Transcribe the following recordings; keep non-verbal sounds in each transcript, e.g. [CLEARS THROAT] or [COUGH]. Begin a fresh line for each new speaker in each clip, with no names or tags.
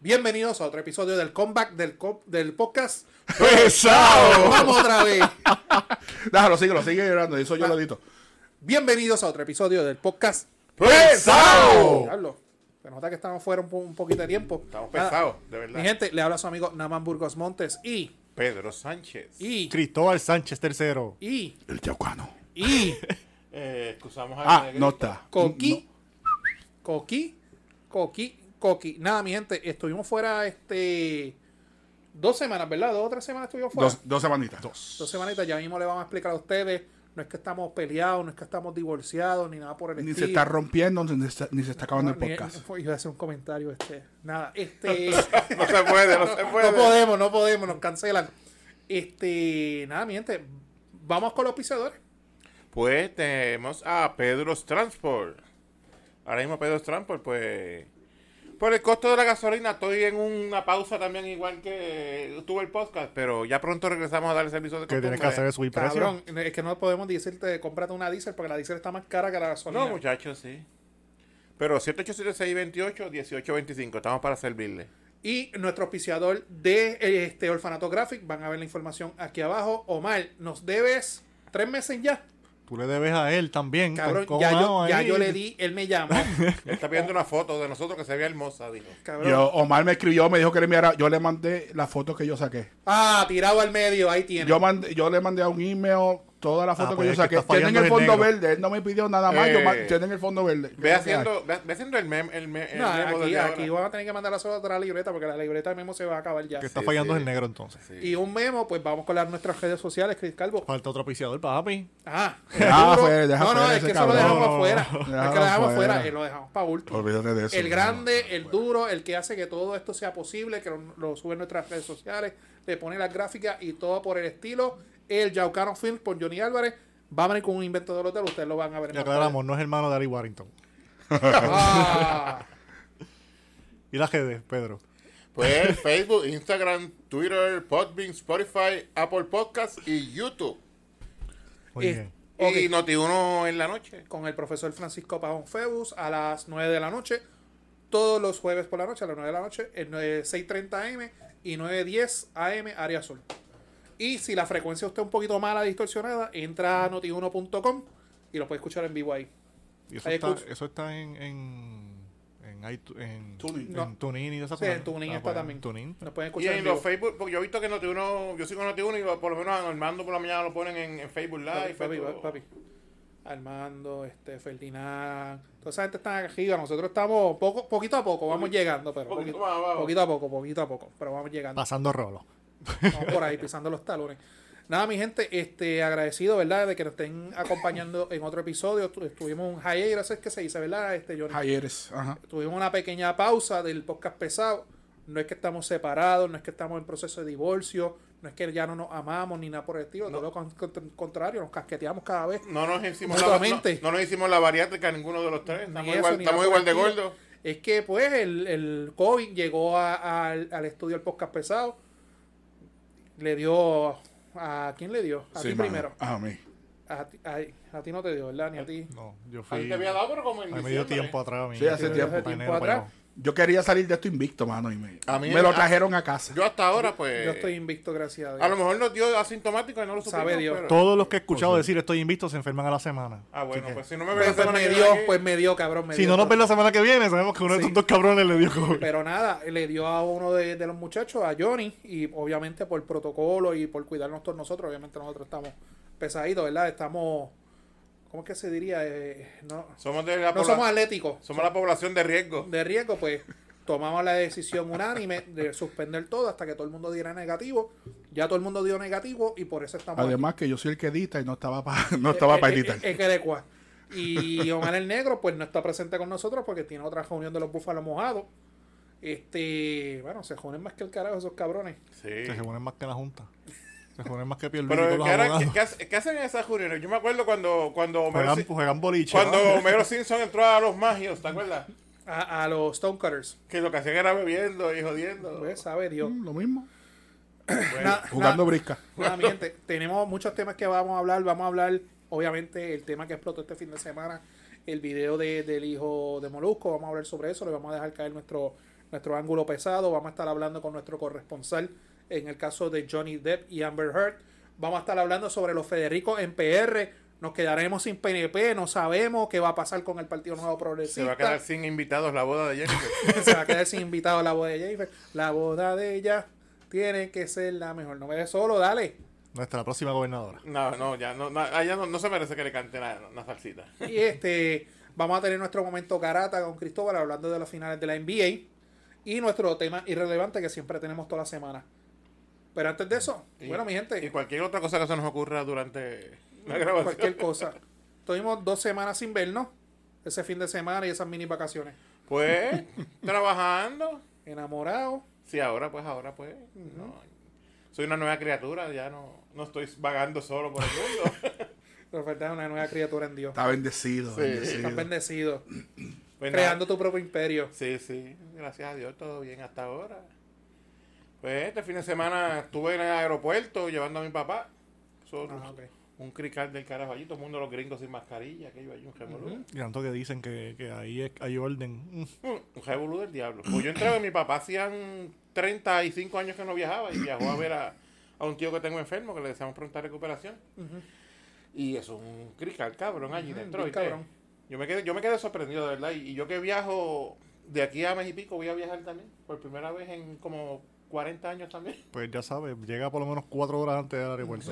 Bienvenidos a otro episodio del comeback del, co- del podcast.
¡Pesado!
Vamos otra vez.
Déjalo, síguelo, sigue llorando. Eso yo lo edito.
Bienvenidos a otro episodio del podcast.
¡Pesado!
Diablo, Se nota que estamos fuera un, po- un poquito de tiempo.
Estamos
Nada,
pesados, de verdad.
Mi gente, le habla a su amigo Naman Burgos Montes y,
Pedro Sánchez.
Ah. y,
Cristóbal Sánchez III.
y,
El yaucano.
y,
Eh, excusamos a
Ah,
Negrito. [LAUGHS]
no está. [LAUGHS]
Coqui, Coqui, Coqui, Coqui. Nada, mi gente, estuvimos fuera este dos semanas, ¿verdad? Dos o tres semanas estuvimos fuera.
Dos, dos semanitas. Dos.
Dos semanitas, ya mismo le vamos a explicar a ustedes. No es que estamos peleados, no es que estamos divorciados, ni nada por el
Ni se
estilo.
está rompiendo, ni se está, ni se está acabando el
Ni-
podcast.
no, iba a hacer un comentario este. Nada, este.
[LAUGHS] No se puede, no se puede.
no podemos, no podemos, nos cancelan. Este, nada, mi gente, vamos con los pisadores.
Pues tenemos a Pedro's Transport. Ahora mismo Pedro's Transport, pues... Por el costo de la gasolina estoy en una pausa también igual que tuvo el podcast, pero ya pronto regresamos a dar el servicio de
Que tiene que
costumbre.
hacer es subir precio.
Cabrón, es que no podemos decirte, cómprate una diésel porque la diésel está más cara que la gasolina.
No, muchachos, sí. Pero 787-628-1825, estamos para servirle.
Y nuestro auspiciador de eh, este Orfanato Graphic, van a ver la información aquí abajo. Omar, nos debes tres meses ya.
Tú le debes a él también.
Cabrón,
Ten
ya yo,
cojonado
ya
ahí.
yo le di, él me llama.
Él está pidiendo una foto de nosotros que se vea hermosa, dijo.
Cabrón.
Yo, Omar me escribió, me dijo que le enviara. Yo le mandé la foto que yo saqué.
Ah, tirado al medio, ahí tiene.
Yo, mandé, yo le mandé a un email toda la foto
pues
que
es
yo
que
saqué.
está
tienen
fallando
el
el
fondo
negro.
verde. Él no me pidió nada más. yo
Eh.
ma- tienen el fondo verde.
Ve haciendo, ve, ve haciendo el meme, el, me- el
No,
memo
aquí,
de ahora.
aquí van a tener que mandar la sola otra libreta porque la libreta mismo se va a acabar ya.
Que está
Sí,
fallando
sí.
el negro entonces.
Y un memo, pues vamos con las nuestras redes sociales, Cris Calvo.
Falta otro piciador, papi.
Ah,
Deja
duro.
fuera, deja
no, no,
fuera
es
ese
que eso lo
cabrón.
dejamos afuera.
Déjalo
es que lo dejamos
fuera.
afuera, eh, lo dejamos para último.
Olvídate de eso.
el grande, el duro, el que hace que todo esto sea posible, que lo, lo sube en nuestras redes sociales, le pone las gráficas y todo por el estilo. El Yaucano Film por Johnny Álvarez. Va a venir con un invento del hotel, ustedes lo van a ver. en
Ya
la
aclaramos, no es hermano de Ari Warrington.
pantalla. Ah.
Y la GD, Pedro.
[LAUGHS]
Pues Facebook, Instagram, Twitter, Podbean, Spotify, Apple Podcasts y YouTube.
Muy
Eh,
bien.
Ok.
Y Noti1 en la noche.
con el profesor Francisco Pajón Febus a las 9 de la noche. Todos los jueves por la noche, a las 9 de la noche, en 9 6.30 am y 9.10 am, área sol. Y si la frecuencia usted es un poquito mala, distorsionada, entra a notiuno.com y lo puede escuchar en vivo ahí.
Y eso
ahí
está,
escucho.
eso está en. en en, iTu- en,
Tuning.
en
No.
Tuning y esas
Sí,
cosas.
en Tuning
Ah,
está
pues,
también.
Tuning.
Nos pueden
Y
escuchar en
en
vivo.
los Facebook, porque yo he visto que Noti1, yo sigo Noti1 y lo- por lo menos a Armando por la mañana lo ponen en, en Facebook
Papi,
Live.
papi,
todo.
papi. Armando, este, Ferdinand, toda esa gente está arriba. Nosotros estamos poco, poquito a poco, vamos llegando, pero
poquito
poquito,
más, vamos.
poquito a poco, poquito a poco, pero vamos llegando.
Pasando rolo.
Vamos por ahí pisando los talones. Nada, mi gente, este, agradecido, ¿verdad? De que nos estén acompañando en otro episodio. Tu- Tuvimos un hiatus, es que se dice, ¿verdad? Este, Johnny?
Jayeres. Ajá.
Tuvimos una pequeña pausa del podcast pesado. No es que estamos separados, no es que estamos en proceso de divorcio, no es que ya no nos amamos ni nada por el estilo. Todo lo con- con- contrario, nos casqueteamos cada vez.
No nos hicimos la, no,
Mutuamente.
no nos hicimos la bariátrica ninguno de los tres. Estamos
Ni eso,
igual,
ni
estamos
nada
igual de
por el
gordos.
estilo. Es que, pues, el, el COVID llegó a- a- al, al estudio del podcast pesado. Le dio... ¿A quién le dio? A
Sí,
ti
mano.
primero.
A mí.
A ti, ay, a ti no te dio, ¿verdad? Ni a ti.
No, yo
A
fui.
ti te había dado, pero como en
A mí me dio
diciembre.
tiempo atrás. a mí.
Sí, hace
Yo-
tiempo.
para
Tiempo
enero, para
atrás.
Yo quería salir de esto invicto, mano. Y me,
A mí-
me lo
a-
trajeron a casa.
Yo hasta ahora, pues.
Yo estoy invicto, gracias a
A lo
Dios.
mejor nos dio asintomático y no lo supimos.
Sabe Dios.
pero-
enero. Todos los que he escuchado decir estoy invicto se enferman a la semana.
Ah, bueno, pues si no me ven
Pero
la
pues
semana
me
que
dio,
viene-
pues me dio, cabrón. me
Si
dio,
no nos
cabrón.
ven la semana que viene, sabemos que uno de
Sí.
estos dos cabrones le dio COVID.
Pero nada, le dio a uno de, de los muchachos, a Johnny, y obviamente por protocolo y por cuidarnos todos nosotros, obviamente nosotros estamos pesaditos, ¿verdad? Estamos, ¿cómo es que se diría? Eh, no,
Somos de la
no
pobla-
somos atléticos.
somos la población de riesgo.
de riesgo, pues tomamos la decisión unánime de suspender todo hasta que todo el mundo diera negativo. Ya todo el mundo dio negativo y por eso estamos aquí.
Además que yo soy el que edita y no estaba para no estaba pa [LAUGHS]
Eh, eh,
editar.
eh, eh, que de cua. Y Omar el Negro, pues no está presente con nosotros porque tiene otra reunión de los búfalos mojados. Este, bueno, se joden más que el carajo esos cabrones.
Sí.
Se reúnen más que la Junta. Se reúnen más que Pierluisi con
Pero
los
¿qué, era- qué-
abogados. Pues
qué hace- qué hacen en esas reuniones? Yo me acuerdo cuando cuando Homero,
Juegan,
Sim-
juegan boliche. Ah,
cuando
[LAUGHS] ¿no?
Homero Simpson entró a los magios, ¿te acuerdas?
A, a los Stonecutters.
Que lo que hacían era bebiendo y jodiendo.
Pues sabe Dios.
Mm, Lo mismo.
eh, Na-
Jugando
na-
brisca.
nada, mi gente,
[LAUGHS]
tenemos muchos temas que vamos a hablar. Vamos a hablar, obviamente, el tema que explotó este fin de semana, el video de- del hijo de Molusco. Vamos a hablar sobre eso. Le vamos a dejar caer nuestro, nuestro ángulo pesado. Vamos a estar hablando con nuestro corresponsal en el caso de Johnny Depp y Amber Heard. Vamos a estar hablando sobre los Federicos en PR. Nos quedaremos sin PNP. No sabemos qué va a pasar con el Partido Nuevo Progresista.
Se va a quedar sin invitados la boda de Jennifer.
[LAUGHS] Se va a quedar sin invitado a la boda de Jennifer. La boda de ella tiene que ser la mejor. No me dejes solo, dale.
Nuestra próxima gobernadora.
No, no, ya no, no, a ella no, no se merece que le cante nada, una salsita.
Y este, vamos a tener nuestro momento carata con Cristóbal hablando de las finales de la NBA y nuestro tema irrelevante que siempre tenemos toda la semana. Pero antes de eso,
Y-
bueno, mi
Y
gente,
cualquier otra cosa que se nos ocurra durante la grabación.
cualquier cosa. Tuvimos dos semanas sin vernos, ese fin de semana y esas mini vacaciones.
Pues, trabajando.
Enamorado.
Sí, ahora pues, ahora pues. no. Soy una nueva criatura, ya no, no estoy vagando solo por el
[LAUGHS]
mundo.
Pero falta una nueva criatura en Dios.
Está bendecido.
Sí.
bendecido.
Estás bendecido.
Pues nada.
Creando tu propio imperio.
Sí, sí, gracias a Dios, todo bien hasta ahora. Pues este fin de semana estuve en el aeropuerto llevando a mi papá. Eso-
Ah, ok.
Un crical del carajo allí, todo el mundo los gringos sin mascarilla, aquello allí, un revolú.
Y tanto que dicen que, que ahí es- hay orden. Mm.
Un revolú del diablo. Pues yo entraba, mi papá hacían 35 años que no viajaba y viajó a ver a, a un tío que tengo enfermo, que le deseamos pronta recuperación.
Ujú.
Y es un crical cabrón allí
Ujú,
Ah, dentro.
bien
¿oíste?
cabrón.
Yo me quedé, yo me quedé sorprendido, de verdad. Y, y yo que viajo de aquí a México voy a viajar también. Por primera vez en como 40 años también. [LAUGHS]
Pues ya sabes, llega por lo menos cuatro horas antes del aeropuerto.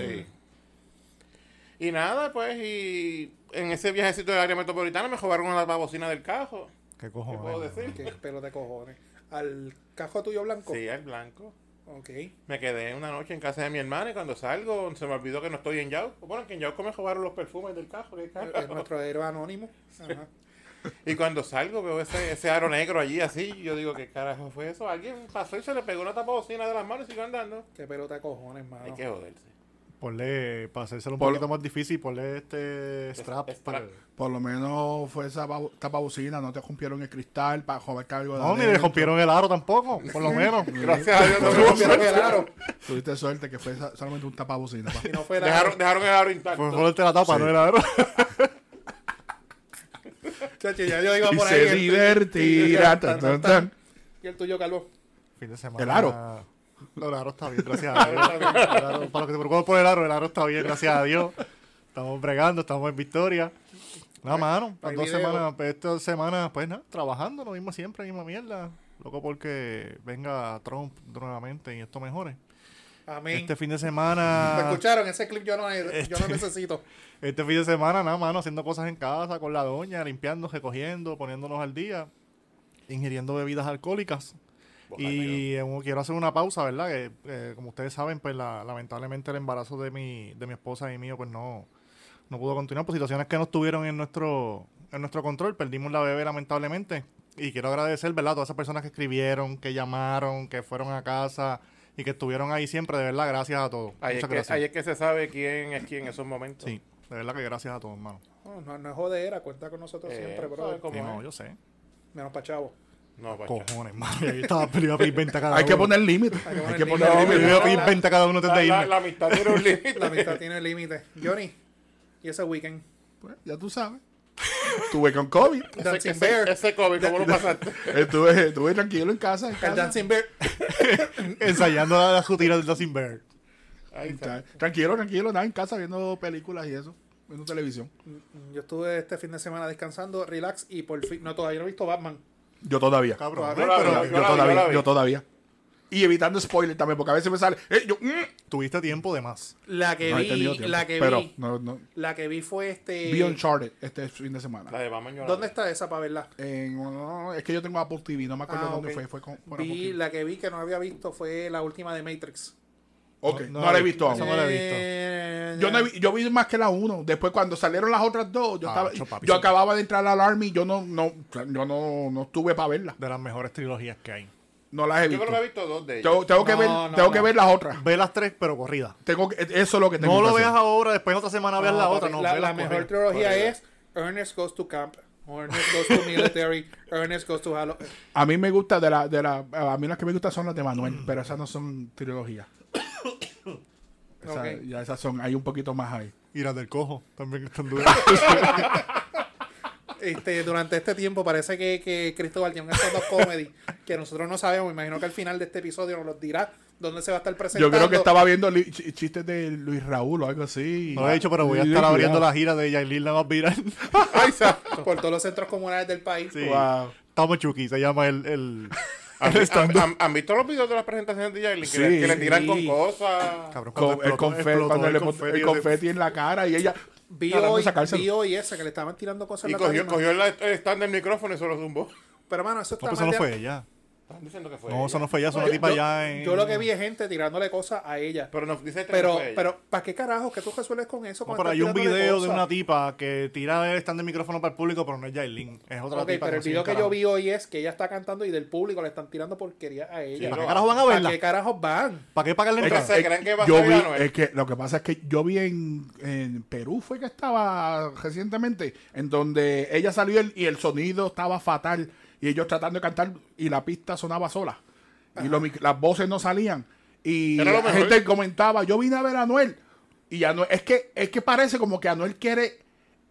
Y nada, pues, y en ese viajecito del área metropolitana me robaron una babocina del cajo.
¿Qué
¿Qué
cojones?
puedo
mano?
decir?
Qué pelo de cojones. Al cajo tuyo blanco.
Sí, al blanco.
Ok.
Me quedé una noche en casa de mi hermana y cuando salgo se me olvidó que no estoy en Yauco. Bueno, que en Yauco me robaron los perfumes del cajo. [LAUGHS] qué carajo.
Es nuestro héroe anónimo. Ajá.
Y cuando salgo veo ese, ese aro negro allí así. y Yo digo, ¿qué carajo fue eso? Alguien pasó y se le pegó una tapa bocina de las manos y siguió andando.
Qué pelota de cojones,
Hay
mano.
que joderse.
Ponle, para hacérselo un
Por lo-
poquito más difícil, ponle este strap.
strap.
para-
Por lo menos fue esa babo- tapabucina, no te rompieron el cristal para joder algo de
No, ni le
adentro.
rompieron el aro tampoco, por lo
[LAUGHS]
menos.
Gracias a Dios no me
Rompieron el aro.
Tuviste suerte que fue esa- solamente un
[LAUGHS]
tapabucina. pa.
Y no fue el aro.
Dejaron, dejaron el aro
Por
intacto.
ponerte la tapa,
Sí.
no el aro.
Chacho, ya yo iba
y
por ahí.
se
el tuyo- [LAUGHS]
divertirá. tan, tan, tan.
Y el tuyo, Calvo.
Fin de semana.
¿El aro?
No, el aro está bien, gracias a Dios. El aro- para los que se preocupan por el aro, el aro está bien, gracias a Dios. Estamos bregando, estamos en victoria. Nada, mano.
Pues, hay
Las dos
video.
semanas, pues, estas semanas, pues nada, trabajando, lo mismo siempre, misma mierda. Loco porque venga Trump nuevamente y esto mejore.
Amén.
Este fin de
¿Me
semana.
escucharon? Ese clip yo no, yo no necesito.
Este fin de semana, nada, mano, haciendo cosas en casa con la doña, limpiando, recogiendo, poniéndonos al día, ingiriendo bebidas alcohólicas. Y eh, quiero hacer una pausa, ¿verdad? Que eh, como ustedes saben, pues la- lamentablemente el embarazo de mi, de mi esposa y mío, pues no, no pudo continuar por situaciones que no estuvieron en nuestro, en nuestro control. Perdimos la bebé, lamentablemente. Y quiero agradecer, ¿verdad? A todas esas personas que escribieron, que llamaron, que fueron a casa y que estuvieron ahí siempre, de verdad, gracias a todos.
Ahí es,
Muchas
que,
gracias.
ahí es que se sabe quién es quién en esos momentos.
Sí, de verdad que gracias a todos, hermano.
No, no, no es jodera, cuenta con nosotros
Eh,
siempre,
¿sabes
brother.
cómo
Sí,
es?
no, yo sé.
Menos pa' chavo.
No, Pacho.
Cojones, madre. Yo estaba peleando a pedir 20 cada uno.
Hay que poner límite.
Hay que
Hay
poner
que
límite.
poner
No,
límite.
yo iba a pedir
La-
20 cada uno antes
La,
de
la,
irme.
la amistad tiene
[LAUGHS]
un
La
límite.
amistad tiene límite. Johnny, y ese weekend.
Pues, ya tú sabes. Tuve con COVID.
ese,
Dancing
ese,
Bear.
ese COVID, ¿cómo
[LAUGHS]
lo pasaste?
Estuve, estuve tranquilo en casa. En
El
casa.
Dancing Bear.
Ensayando la rutina del Dustin Bear.
Ahí está.
Tra- Tranquilo, tranquilo. Nada, en casa viendo películas y eso. Viendo televisión.
Yo estuve este fin de semana descansando, relax, y por fin. No, todavía no he visto Batman.
Yo todavía.
Cabrón,
Yo la
pero
vi,
Yo,
la vi,
todavía.
yo
Yo,
la vi.
todavía. Y evitando spoiler también, porque a veces me sale. eh, yo, mm,
tuviste tiempo de más.
La que
no he tenido
vi,
tiempo.
la que
pero,
vi.
no, no.
La que vi fue este.
Eh,
Vi Uncharted este fin de semana.
La de Batman yo la
¿Dónde
vi.
está esa para verla?
En- no, no, no, es que yo tengo Apple TV, no me acuerdo
Ah,
dónde
ok.
fue. Fue con, por Apple
Vi,
TV.
la que vi que no había visto fue la última de Matrix.
Ok,
No,
no,
no
la
la
he
vi.
visto aún.
Esa no la he visto.
Eh,
Yo, no he vi- yo vi más que la uno. Después, cuando salieron las otras dos, yo,
Ah,
estaba-
cho, papi,
yo
sí.
acababa de entrar al Army. Yo no, no, yo no, no estuve para verlas.
De las mejores trilogías que hay.
No las he
Yo
visto.
creo que he visto dos de ellas.
Tengo, tengo que,
No,
ver,
no,
tengo que
no.
ver las otras.
Ve las tres, pero corridas.
Tengo que- eso es lo que tengo
No
que
lo
hacer.
veas ahora, después en otra semana veas la
papi,
otra. No,
la,
ve
la
las
mejor
corridas.
trilogía
Correcto.
es Ernest Goes to Camp, Ernest Goes to Military, Ernest Goes to Halo.
A mí me gusta de la, de la, a mí las que me gustan son las de Manuel,
Mm.
pero esas no son
[COUGHS]
trilogías. Esas-
Ok.
Ya esas son, hay un poquito más ahí.
[LAUGHS] Y las del cojo también están duras.
este, durante este tiempo parece que, que Cristóbal tiene un stand-up comedy que nosotros no sabemos. Imagino que al final de este episodio nos lo dirá dónde se va a estar
Yo
presentando.
creo
[LAUGHS]
que estaba viendo li- ch- chistes de Luis Raúl o algo así.
No lo he dicho, pero voy a
Y-
estar
y-
abriendo la gira de Yailin la más viral. [LAUGHS]
Ay, sa-
por todos los centros comunales del país.
Sí.
Wow.
Estamos Chucky, se llama el, [LAUGHS] el,
¿Han,
el stand-up.
han- han visto los videos de las presentaciones de Yailin? Que,
Sí.
le, que le tiran con
Sí.
cosas.
Cabrón,
Con- el
explotó-
confeti,
explotó
cuando
el
le puso el
confeti,
confeti en la cara y ella
Vi
tratando de
hoy,
sacárselo.
vi hoy esa que le estaban tirando cosas en
Y
la
cogió,
tarima.
cogió el, el stand del micrófono y se lo zumbó.
Pero, hermano, eso
No,
está
pues
mal
eso no
de-
fue ella.
Están diciendo que fue.
No, eso
ella.
no fue ella, eso
No,
una
yo-
tipa
yo-
allá en...
Yo lo que vi es gente tirándole cosas a ella.
Pero nos dice que
Pero,
fue ella.
pero ¿para qué carajo que tú resuelves con eso?
No,
cuando
pero hay
estás
un
tirándole
video de
cosas?
una tipa que tira el stand de micrófono para el público, pero no es Yailin. Es otra
Ok,
tipa.
pero el
no sé
video
quién
que yo
carajo.
vi hoy es que ella está cantando y del público le están tirando porquería a ella.
¿Para
lo-
qué carajo van a
¿Para
verla?
qué carajos van?
¿Para qué pagarle
Es que
entrada?
se creen que va a
yo
ser
vi,
Anuel.
es que lo que pasa es que yo vi en, en Perú fue que estaba recientemente en donde ella salió el- y el sonido estaba fatal y ellos tratando de cantar y la pista sonaba sola y los mic- las voces no salían y
Era lo
la
mejor.
gente comentaba yo vine a ver a Anuel y Anuel es que es que parece como que Anuel quiere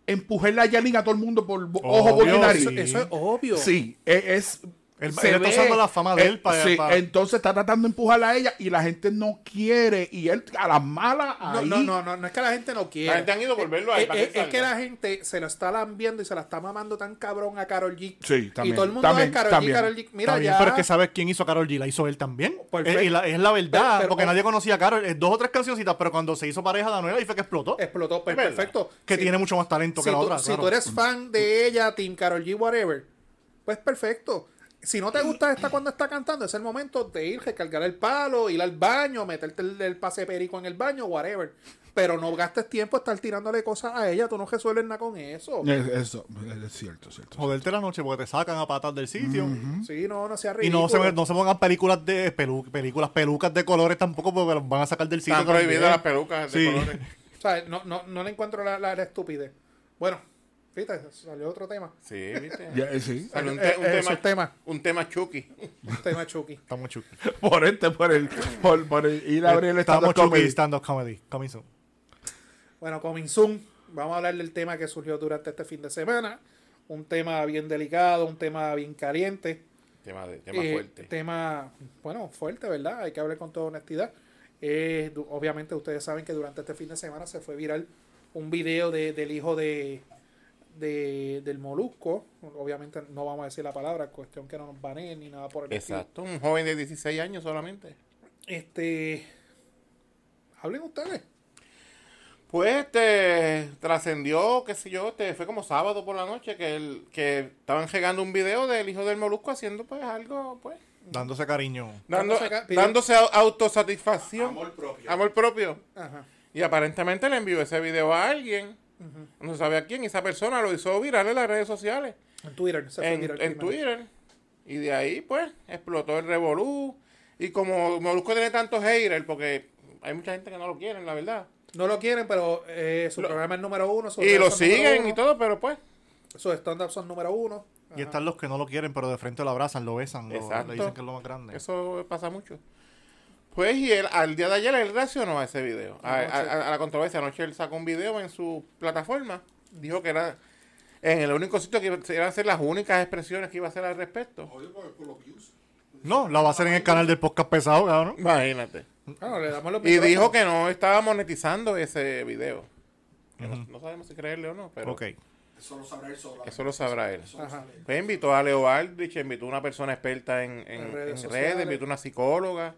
empujarle a Yalin a todo el mundo por bo-
Oh,
ojo por
Dios,
nariz
Eso,
Sí.
eso es obvio.
Sí, e- es.
Él-
se
él está
ve-
usando la fama de él
eh,
para-
sí,
para-
entonces está tratando de empujarla a ella y la gente no quiere. Y él a las malas.
No,
ahí-
no, no, no, no es que la gente no quiera.
La gente han ido a volverlo a él
Es,
para que
eh, es- es que
salga.
la gente se lo está lambiendo y se la está mamando tan cabrón a Carol G.
Sí, también,
Y todo el mundo
también,
es Carol G,
también.
Carol G. Mira
Está bien,
ya.
pero es que sabes quién hizo a Carol G, la hizo él también.
Por
Es,
fe-
y la- es la verdad,
Pero- pero-
porque nadie conocía a Carol. Es dos o tres cancioncitas, pero cuando se hizo pareja de Anuel, ahí fue que explotó.
Explotó. pues,
Es verdad.
perfecto.
que
Si-
tiene mucho más talento
si
que la
tú-
otra.
si
claro.
tú eres fan de ella, Team Carol G, whatever, pues perfecto. Si no te gusta esta cuando está cantando, es el momento de ir, recargar el palo, ir al baño, meterte el, el pase de perico en el baño, whatever. Pero no gastes tiempo estar tirándole cosas a ella, tú no resuelves nada con eso.
Es- Eso, es cierto, es cierto.
Joderte la noche porque te sacan a patas del sitio.
Sí, no, no seas
Y
ridículo.
no se, no se pongan películas de pelu- películas, pelucas de colores tampoco porque los van a sacar del sitio.
Están prohibidas
también.
las pelucas de
Sí.
colores.
O sea, no, no, no le encuentro la, la- la estupidez. Bueno, fíjate, salió otro tema.
Sí, viste.
Ya, eh, sí. [LAUGHS]
Sale un,
Eh,
te- un
eh,
tema,
esos temas.
un tema Chucky.
Un tema Chucky.
Estamos chuki.
Por este, por el, por, por el ir a abrir el
Estamos
stand-up
chuki
comedy.
stand-up comedy. Coming soon.
Bueno, coming soon. Vamos a hablar del tema que surgió durante este fin de semana. Un tema bien delicado, un tema bien caliente.
Tema, de, tema
Eh,
fuerte.
Tema, bueno, fuerte, ¿verdad? Hay que hablar con toda honestidad. Eh, du- obviamente ustedes saben que durante este fin de semana se fue viral un video de- del hijo de, de- del molusco. Obviamente no vamos a decir la palabra, cuestión que no nos baneen ni nada por el estilo.
Exacto. Un joven de 16 años solamente.
Este, hablen ustedes.
Pues este, trascendió, qué sé yo, este, fue como sábado por la noche que, el, que estaban llegando un video del hijo del molusco haciendo pues algo, pues,
Dándose cariño.
dando-
Dándose ca- pidió-
dándose au- autosatisfacción. Amor propio. Amor propio.
Ajá.
Y aparentemente le envió ese video a alguien, no se sabe a quién, y esa persona lo hizo viral en las redes sociales,
En Twitter. se fue
en,
viral
en
primero.
Twitter. Y de ahí, pues, explotó el revolú. Y como Molusco tiene tantos haters, porque hay mucha gente que no lo quiere, la verdad.
No lo quieren, pero eh, su
Lo-
programa es número uno. su
Y lo
stand-up son número
siguen
uno,
y todo, pero pues,
Sus stand-ups son número uno.
Y están los que no lo quieren, pero de frente lo abrazan, lo besan, lo-
Exacto.
le dicen que es lo más grande.
Eso pasa mucho. Pues, y él, al día de ayer él reaccionó a ese video, a, a- a- a la controversia. Anoche él sacó un video en su plataforma. Dijo que era en el único sitio que iba- iban a ser las únicas expresiones que iba a hacer al respecto.
No, la va a hacer en el canal del podcast pesado, cabrón.
Imagínate.
Claro, le damos los
Y
micrófonos.
dijo que no estaba monetizando ese video. Que no- no, sabemos si creerle o no, pero
Ok.
eso lo sabrá él.
Ajá.
Pues invitó a Leo Aldrich, invitó a una persona experta en, en-
En
en
redes
redes,
sociales.
invitó a una psicóloga.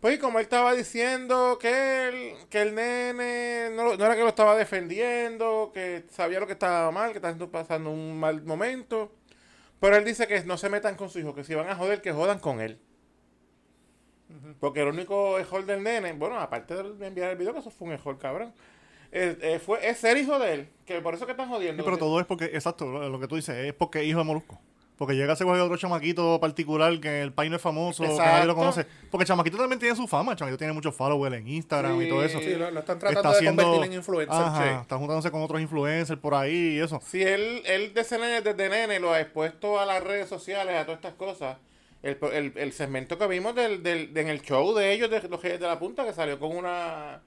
Pues y como él estaba diciendo que el, que el nene no, lo- no era que lo estaba defendiendo, que sabía lo que estaba mal, que estaba haciendo- pasando un mal momento. Pero él dice que no se metan con su hijo, que si van a joder, que jodan con él. Porque el único error del nene, bueno, aparte de enviar el video, que eso fue un error, cabrón. eh, eh, fue, es ser hijo de él, que por eso que están jodiendo.
Sí, pero todo es porque, exacto, lo, lo que tú dices, es porque es hijo de Molusco. Porque llega ese cogido otro chamaquito particular que el país no es famoso, que nadie
Exacto.
lo conoce. Porque el chamaquito también tiene su fama, el chamaquito tiene muchos followers en Instagram
Sí.
y todo eso.
Sí, lo, lo están tratando
Está
de
haciendo.
convertir en influencer.
Ajá,
sí.
está juntándose con otros influencers por ahí y eso.
Si él, él desde, nene, desde nene lo ha expuesto a las redes sociales, a todas estas cosas, el, pro- el- el segmento que vimos del, del- de- en el show de ellos, de los Reyes de la punta, que salió con una...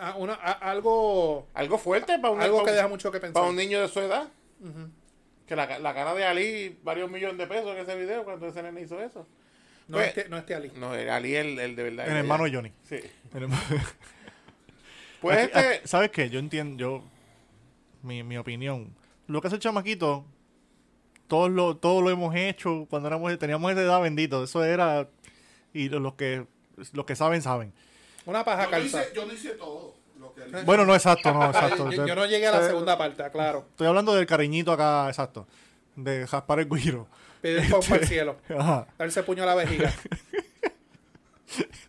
Ah, una- a- algo,
Algo fuerte para un,
algo
para
que
un-
deja mucho que
para
pensar.
un niño de su edad. Que la, la cara de Ali, varios millones de pesos en ese video cuando ese nene hizo eso.
No,
Pues-
este, no este Ali.
No, el Ali, el, el de verdad.
El hermano de Johnny.
Sí.
[LAUGHS]
El hermano-
Pues
Aquí-
este.
aquí- ¿Sabes qué? Yo entiendo, yo, mi, mi opinión. Lo que hace el chamaquito, todos lo, todos lo hemos hecho cuando éramos, teníamos esa edad, bendito. Eso era, y lo- los que, los que saben, saben.
Una paja
Yo no,
calza.
hice, yo no hice todo lo que él hizo.
Bueno, no, exacto, no,
[LAUGHS]
exacto. Eh,
Yo, yo no llegué a la segunda parte, claro.
Estoy hablando del cariñito acá, exacto. De Jaspar el Guiro. [LAUGHS]
Pedir un poco al cielo.
Ajá.
Darse puño a la
[LAUGHS]
vejiga.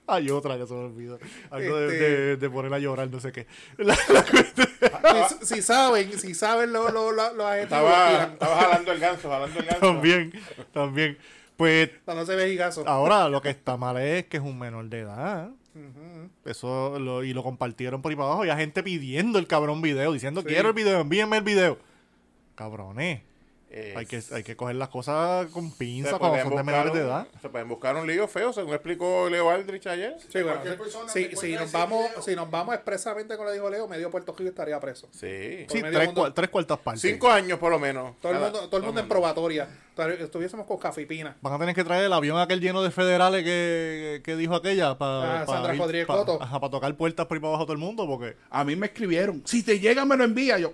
Hay otra que se me olvidó. Algo de,
Este-
de- de poner a llorar, no sé qué. [LAUGHS]
si, si saben, si saben los lo, lo, los adjetivos,
Estaba,
tiran.
estaba jalando el ganso, jalando el ganso.
también, también. Pues
dándose vejigazo.
Ahora lo que está mal es que es un menor de edad. Eso lo, y lo compartieron por ahí para abajo. Y hay gente pidiendo el cabrón video, diciendo quiero el video, envíenme el video. Cabrones,
Eh,
hay que, hay que coger las cosas con
se
pinzas cuando
pueden
son de
buscar
menores de
un-
edad.
Se pueden buscar un lío feo, según explicó Leo Aldrich ayer.
Sí, bueno,
cualquier persona
si-
que
si
cuelga
nos
ese
vamos,
video.
si nos vamos expresamente con lo que dijo Leo, medio Puerto Rico estaría preso.
Sí.
Por
Sí,
medio
tres,
mundo.
cua- tres cuartas partes.
Cinco años por lo menos.
Todo el
Cada-
mundo, todo el mundo en probatoria. Tal- Estuviésemos con cafipina.
Van a tener que traer el avión aquel lleno de federales que, que dijo aquella para
Ah, Sandra Rodríguez Coto.
tocar puertas por ahí para abajo a todo el mundo. Porque
A mí me escribieron, si te llega me lo envía yo.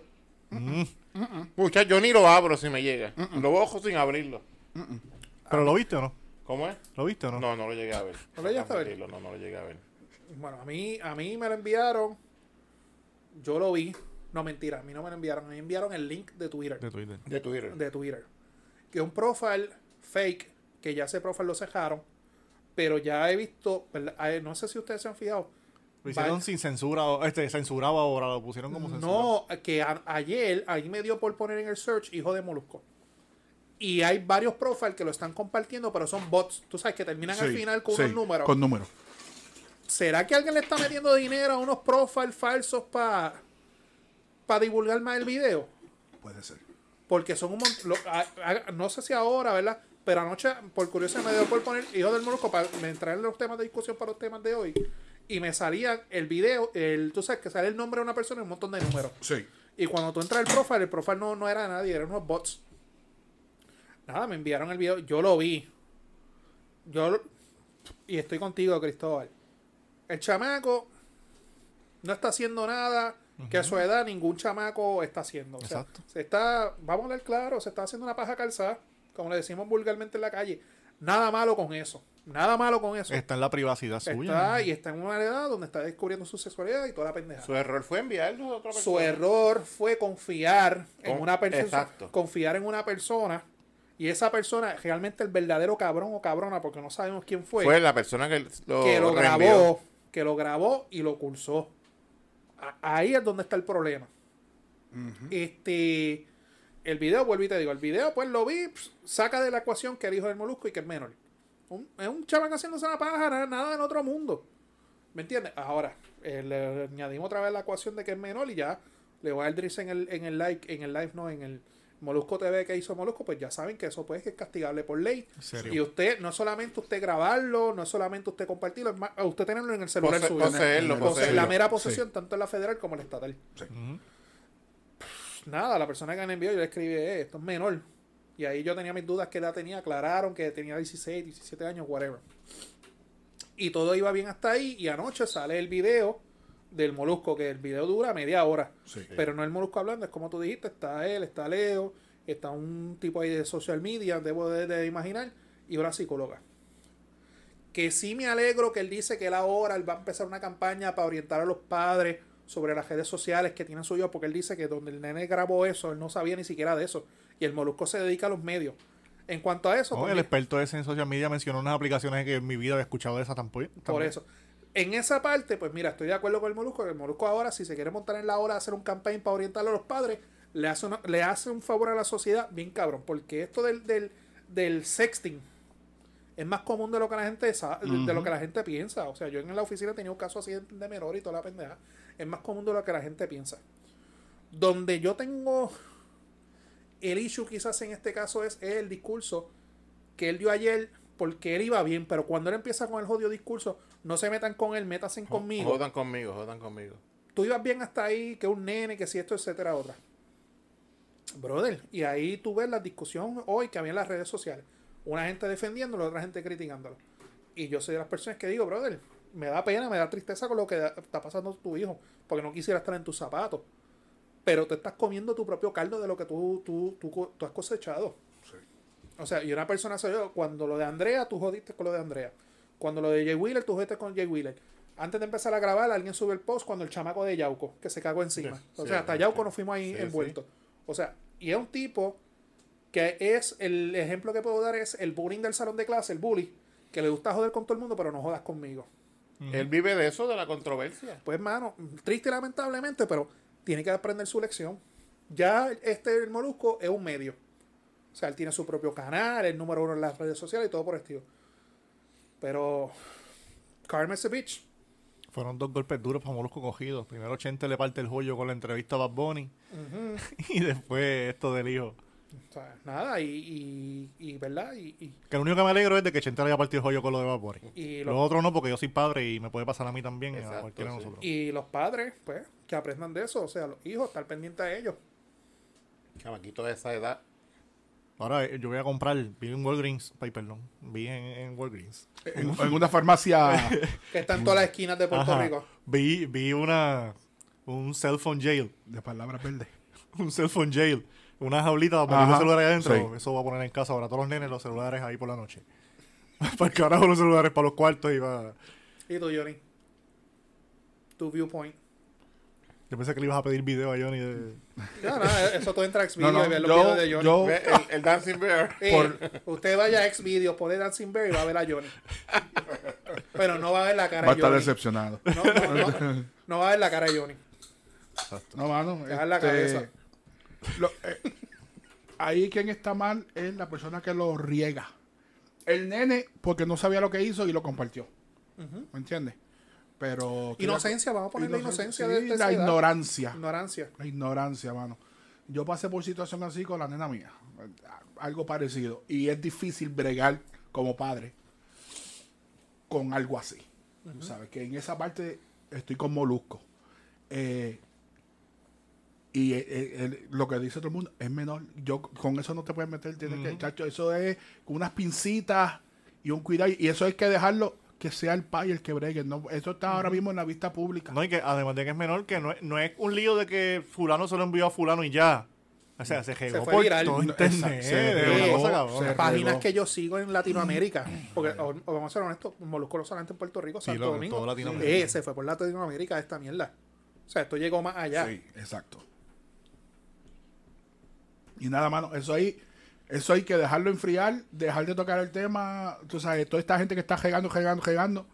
Pucha, yo ni lo abro si me llega. Lo ojo sin abrirlo.
¿Pero
Ah,
lo viste o no?
¿Cómo es?
¿Lo viste o no?
No, no lo llegué a ver.
¿No lo llegaste a ver?
Tranquilo, No, no lo llegué a ver.
Bueno, a mí, a mí me lo enviaron. Yo lo vi. No, mentira, a mí no me lo enviaron. A mí me enviaron el link de Twitter.
De Twitter.
De Twitter.
de Twitter. Que un profile fake, que ya ese profile lo cejaron, pero ya he visto, ¿verdad? Ay, no sé si ustedes se han fijado.
Lo hicieron
Vale.
sin censura, o- este, censurado ahora, lo pusieron como censura.
No, que a- ayer, ahí me dio por poner en el search hijo de Molusco. Y hay varios profiles que lo están compartiendo, pero son bots. Tú sabes que terminan al
Sí,
final con
sí,
unos números.
Con números.
¿Será que alguien le está metiendo dinero a unos profiles falsos para divulgar más el video?
Puede ser.
porque son un montón. No sé si ahora, ¿verdad? Pero anoche, por curiosidad, me dio por poner Hijo del Molusco para me entrar en los temas de discusión para los temas de hoy. Y me salía el video, el, tú sabes que sale el nombre de una persona y un montón de números.
Sí.
Y cuando tú entras al profile, el profile no, no era de nadie, eran unos bots. Nada, me enviaron el video, yo lo vi. Yo lo- y estoy contigo, Cristóbal. El chamaco no está haciendo nada que a su edad ningún chamaco está haciendo. O sea,
Exacto.
se está, vamos a hablar claro, se está haciendo una paja calzada, como le decimos vulgarmente en la calle. Nada malo con eso. Nada malo con eso.
Está en la privacidad suya.
Está y está en una edad donde está descubriendo su sexualidad y toda la pendejada
Su error fue enviarlo a otra persona.
su error fue confiar en
Con-
una persona
exacto.
confiar en una persona y esa persona realmente el verdadero cabrón o cabrona porque no sabemos quién fue,
Fue la persona que lo,
que lo
reenvió.
grabó que lo grabó y lo cursó A- ahí es donde está el problema este el video vuelvo y te digo el video pues lo vi pss, saca de la ecuación que el hijo del molusco y que es menor Un- es un chaval haciéndose una paja nada- nada en otro mundo ¿Me entiendes? Ahora, eh, le añadimos otra vez la ecuación de que es menor y ya Leo Aldrich en el, en el like, en el live, no, en el Molusco TV que hizo Molusco, pues ya saben que eso pues que es castigable por ley.
serio?
Y usted, no es solamente usted grabarlo, no es solamente usted compartirlo, es más, usted tenerlo en el celular
Pose-
suyo.
poseerlo,
Pose- la
poseerlo.
mera posesión, tanto en la federal como en la estatal.
Ujú.
Pff, Nada, la persona que me envió, yo le escribí, "Eh, esto es menor. Y ahí yo tenía mis dudas que la tenía, aclararon que tenía 16, 17 años, whatever. Y todo iba bien hasta ahí. Y anoche sale el video del molusco, que el video dura media hora.
Sí.
Pero no el molusco hablando, es como tú dijiste, está él, está Leo, está un tipo ahí de social media, debo de, de imaginar, y una psicóloga. Que sí me alegro que él dice que él ahora él va a empezar una campaña para orientar a los padres sobre las redes sociales que tienen suyos, porque él dice que donde el nene grabó eso, él no sabía ni siquiera de eso. Y el molusco se dedica a los medios. En cuanto a eso,
No,
pues,
el
mira,
experto ese en social media mencionó unas aplicaciones que en mi vida había escuchado de esas tampoco.
Por eso. En esa parte, pues mira, estoy de acuerdo con el Molusco. que El Molusco ahora, si se quiere montar en la hora de hacer un campaign para orientar a los padres, le hace, una- le hace un favor a la sociedad bien cabrón. Porque esto del, del, del sexting es más común de lo que la gente sa- de- de lo que la gente piensa. O sea, yo en la oficina tenía un caso así de- de menor y toda la pendeja. Es más común de lo que la gente piensa. Donde yo tengo el issue quizás en este caso es, es el discurso que él dio ayer porque él iba bien, pero cuando él empieza con el jodido discurso, no se metan con él, métanse conmigo.
Jodan conmigo, jodan conmigo.
Tú ibas bien hasta ahí, que un nene, que si esto, etcétera, otra. Brother, y ahí tú ves la discusión hoy que había en las redes sociales. Una gente defendiéndolo, otra gente criticándolo. Y yo soy de las personas que digo, brother, me da pena, me da tristeza con lo que da- está pasando tu hijo, porque no quisiera estar en tus zapatos. Pero te estás comiendo tu propio caldo de lo que tú, tú, tú, co- tú has cosechado. O sea, y una persona soy yo, cuando lo de Andrea, tú jodiste con lo de Andrea. Cuando lo de Jay Wheeler, tú jodiste con Jay Wheeler. Antes de empezar a grabar, alguien sube el post cuando el chamaco de Yauco, que se cagó encima.
Sí,
o sea,
sí,
hasta
sí.
Yauco nos fuimos ahí
Sí,
envueltos. O sea, y es un tipo que es, el ejemplo que puedo dar es el bullying del salón de clase, el bully, que le gusta joder con todo el mundo, pero no jodas conmigo.
Él vive de eso, de la controversia.
Pues, mano, triste y lamentablemente, pero tiene que aprender su lección. Ya este el Molusco es un medio. O sea, él tiene su propio canal, el número uno en las redes sociales y todo por el estilo. Pero Carmen Sevich,
Fueron dos golpes duros para Molusco cogidos. Primero Chente le parte el joyo con la entrevista a Bad Bunny. [LAUGHS] y después esto del hijo.
o sea, nada, y, y, y, ¿verdad? Y, y,
Que lo único que me alegro es de que Chente le haya partido el joyo con lo de Bad Bunny.
y
Lo,
los,
otro no, porque yo soy padre y me puede pasar a mí también, a
Exacto,
cualquiera de
sí.
nosotros.
y los padres, pues, que aprendan de eso. O sea, los hijos, estar pendiente a ellos.
Chamaquito de esa edad.
Ahora eh, yo voy a comprar, vi en Walgreens, ay, perdón, vi en, en Walgreens.
En, en una farmacia.
Que están en
Mm.
todas las esquinas de Puerto
Ajá.
Rico.
Vi, vi una, un cell phone jail,
[LAUGHS]
[LAUGHS]
de palabras verdes.
un cell phone jail, una jaulita
Ajá,
para poner los celulares ahí adentro.
sí.
Eso voy a poner en casa ahora, todos los nenes los celulares ahí por la noche. [LAUGHS] para el carajo los celulares, para los cuartos y para...
Y tú, Johnny. Tu viewpoint.
Yo pensé que le ibas a pedir video a Johnny de...
No, no, eso todo entra a Xvideo
No, no,
y ver los videos de
yo,
Johnny.
yo,
Ve El, el
[LAUGHS]
Dancing Bear.
Eh, Usted vaya a Xvideos, pone Dancing Bear y va a ver a Johnny. Pero no va a ver la cara
va a
de
estar
Johnny.
decepcionado.
No, no, no. No va a ver la cara de Johnny.
[LAUGHS] No, mano. este,
Dejar la cabeza.
lo- eh, ahí quien está mal es la persona que lo riega. El nene, porque no sabía lo que hizo y lo compartió. ¿Me entiendes? Pero.
Inocencia, vamos a poner la inocencia
sí,
de esta
La
ciudad.
ignorancia.
Ignorancia.
La ignorancia, mano. Yo pasé por situación así con la nena mía. Algo parecido. Y es difícil bregar como padre con algo así. Tú sabes que en esa parte estoy con Molusco. Eh, y eh, eh, el- lo que dice todo el mundo es menor. Yo con eso no te puedes meter. Tienes que, chacho, eso es con unas pincitas y un cuidado. Y eso hay que dejarlo que sea el padre el que bregue. No, eso está ahora mismo en la vista pública.
No, y que además de que es menor, que no es, no es un lío de que fulano se lo envió a fulano y ya. O sea, se regó
fue
por
viral.
todo
No,
internet.
exacto, se
de una
regó,
cosa cabrona.
se
Páginas
regó.
que yo sigo en Latinoamérica.
Mm.
Porque, o- o vamos a ser honestos, Molusco lo solamente en Puerto Rico,
Sí,
Santo
loco, en
Domingo.
toda Latinoamérica.
Eh, se fue por Latinoamérica esta mierda. O sea, esto llegó más allá.
Sí, exacto. Y nada, mano, eso ahí, eso hay que dejarlo enfriar, dejar de tocar el tema, tú sabes, toda esta gente que está regando, regando, regando,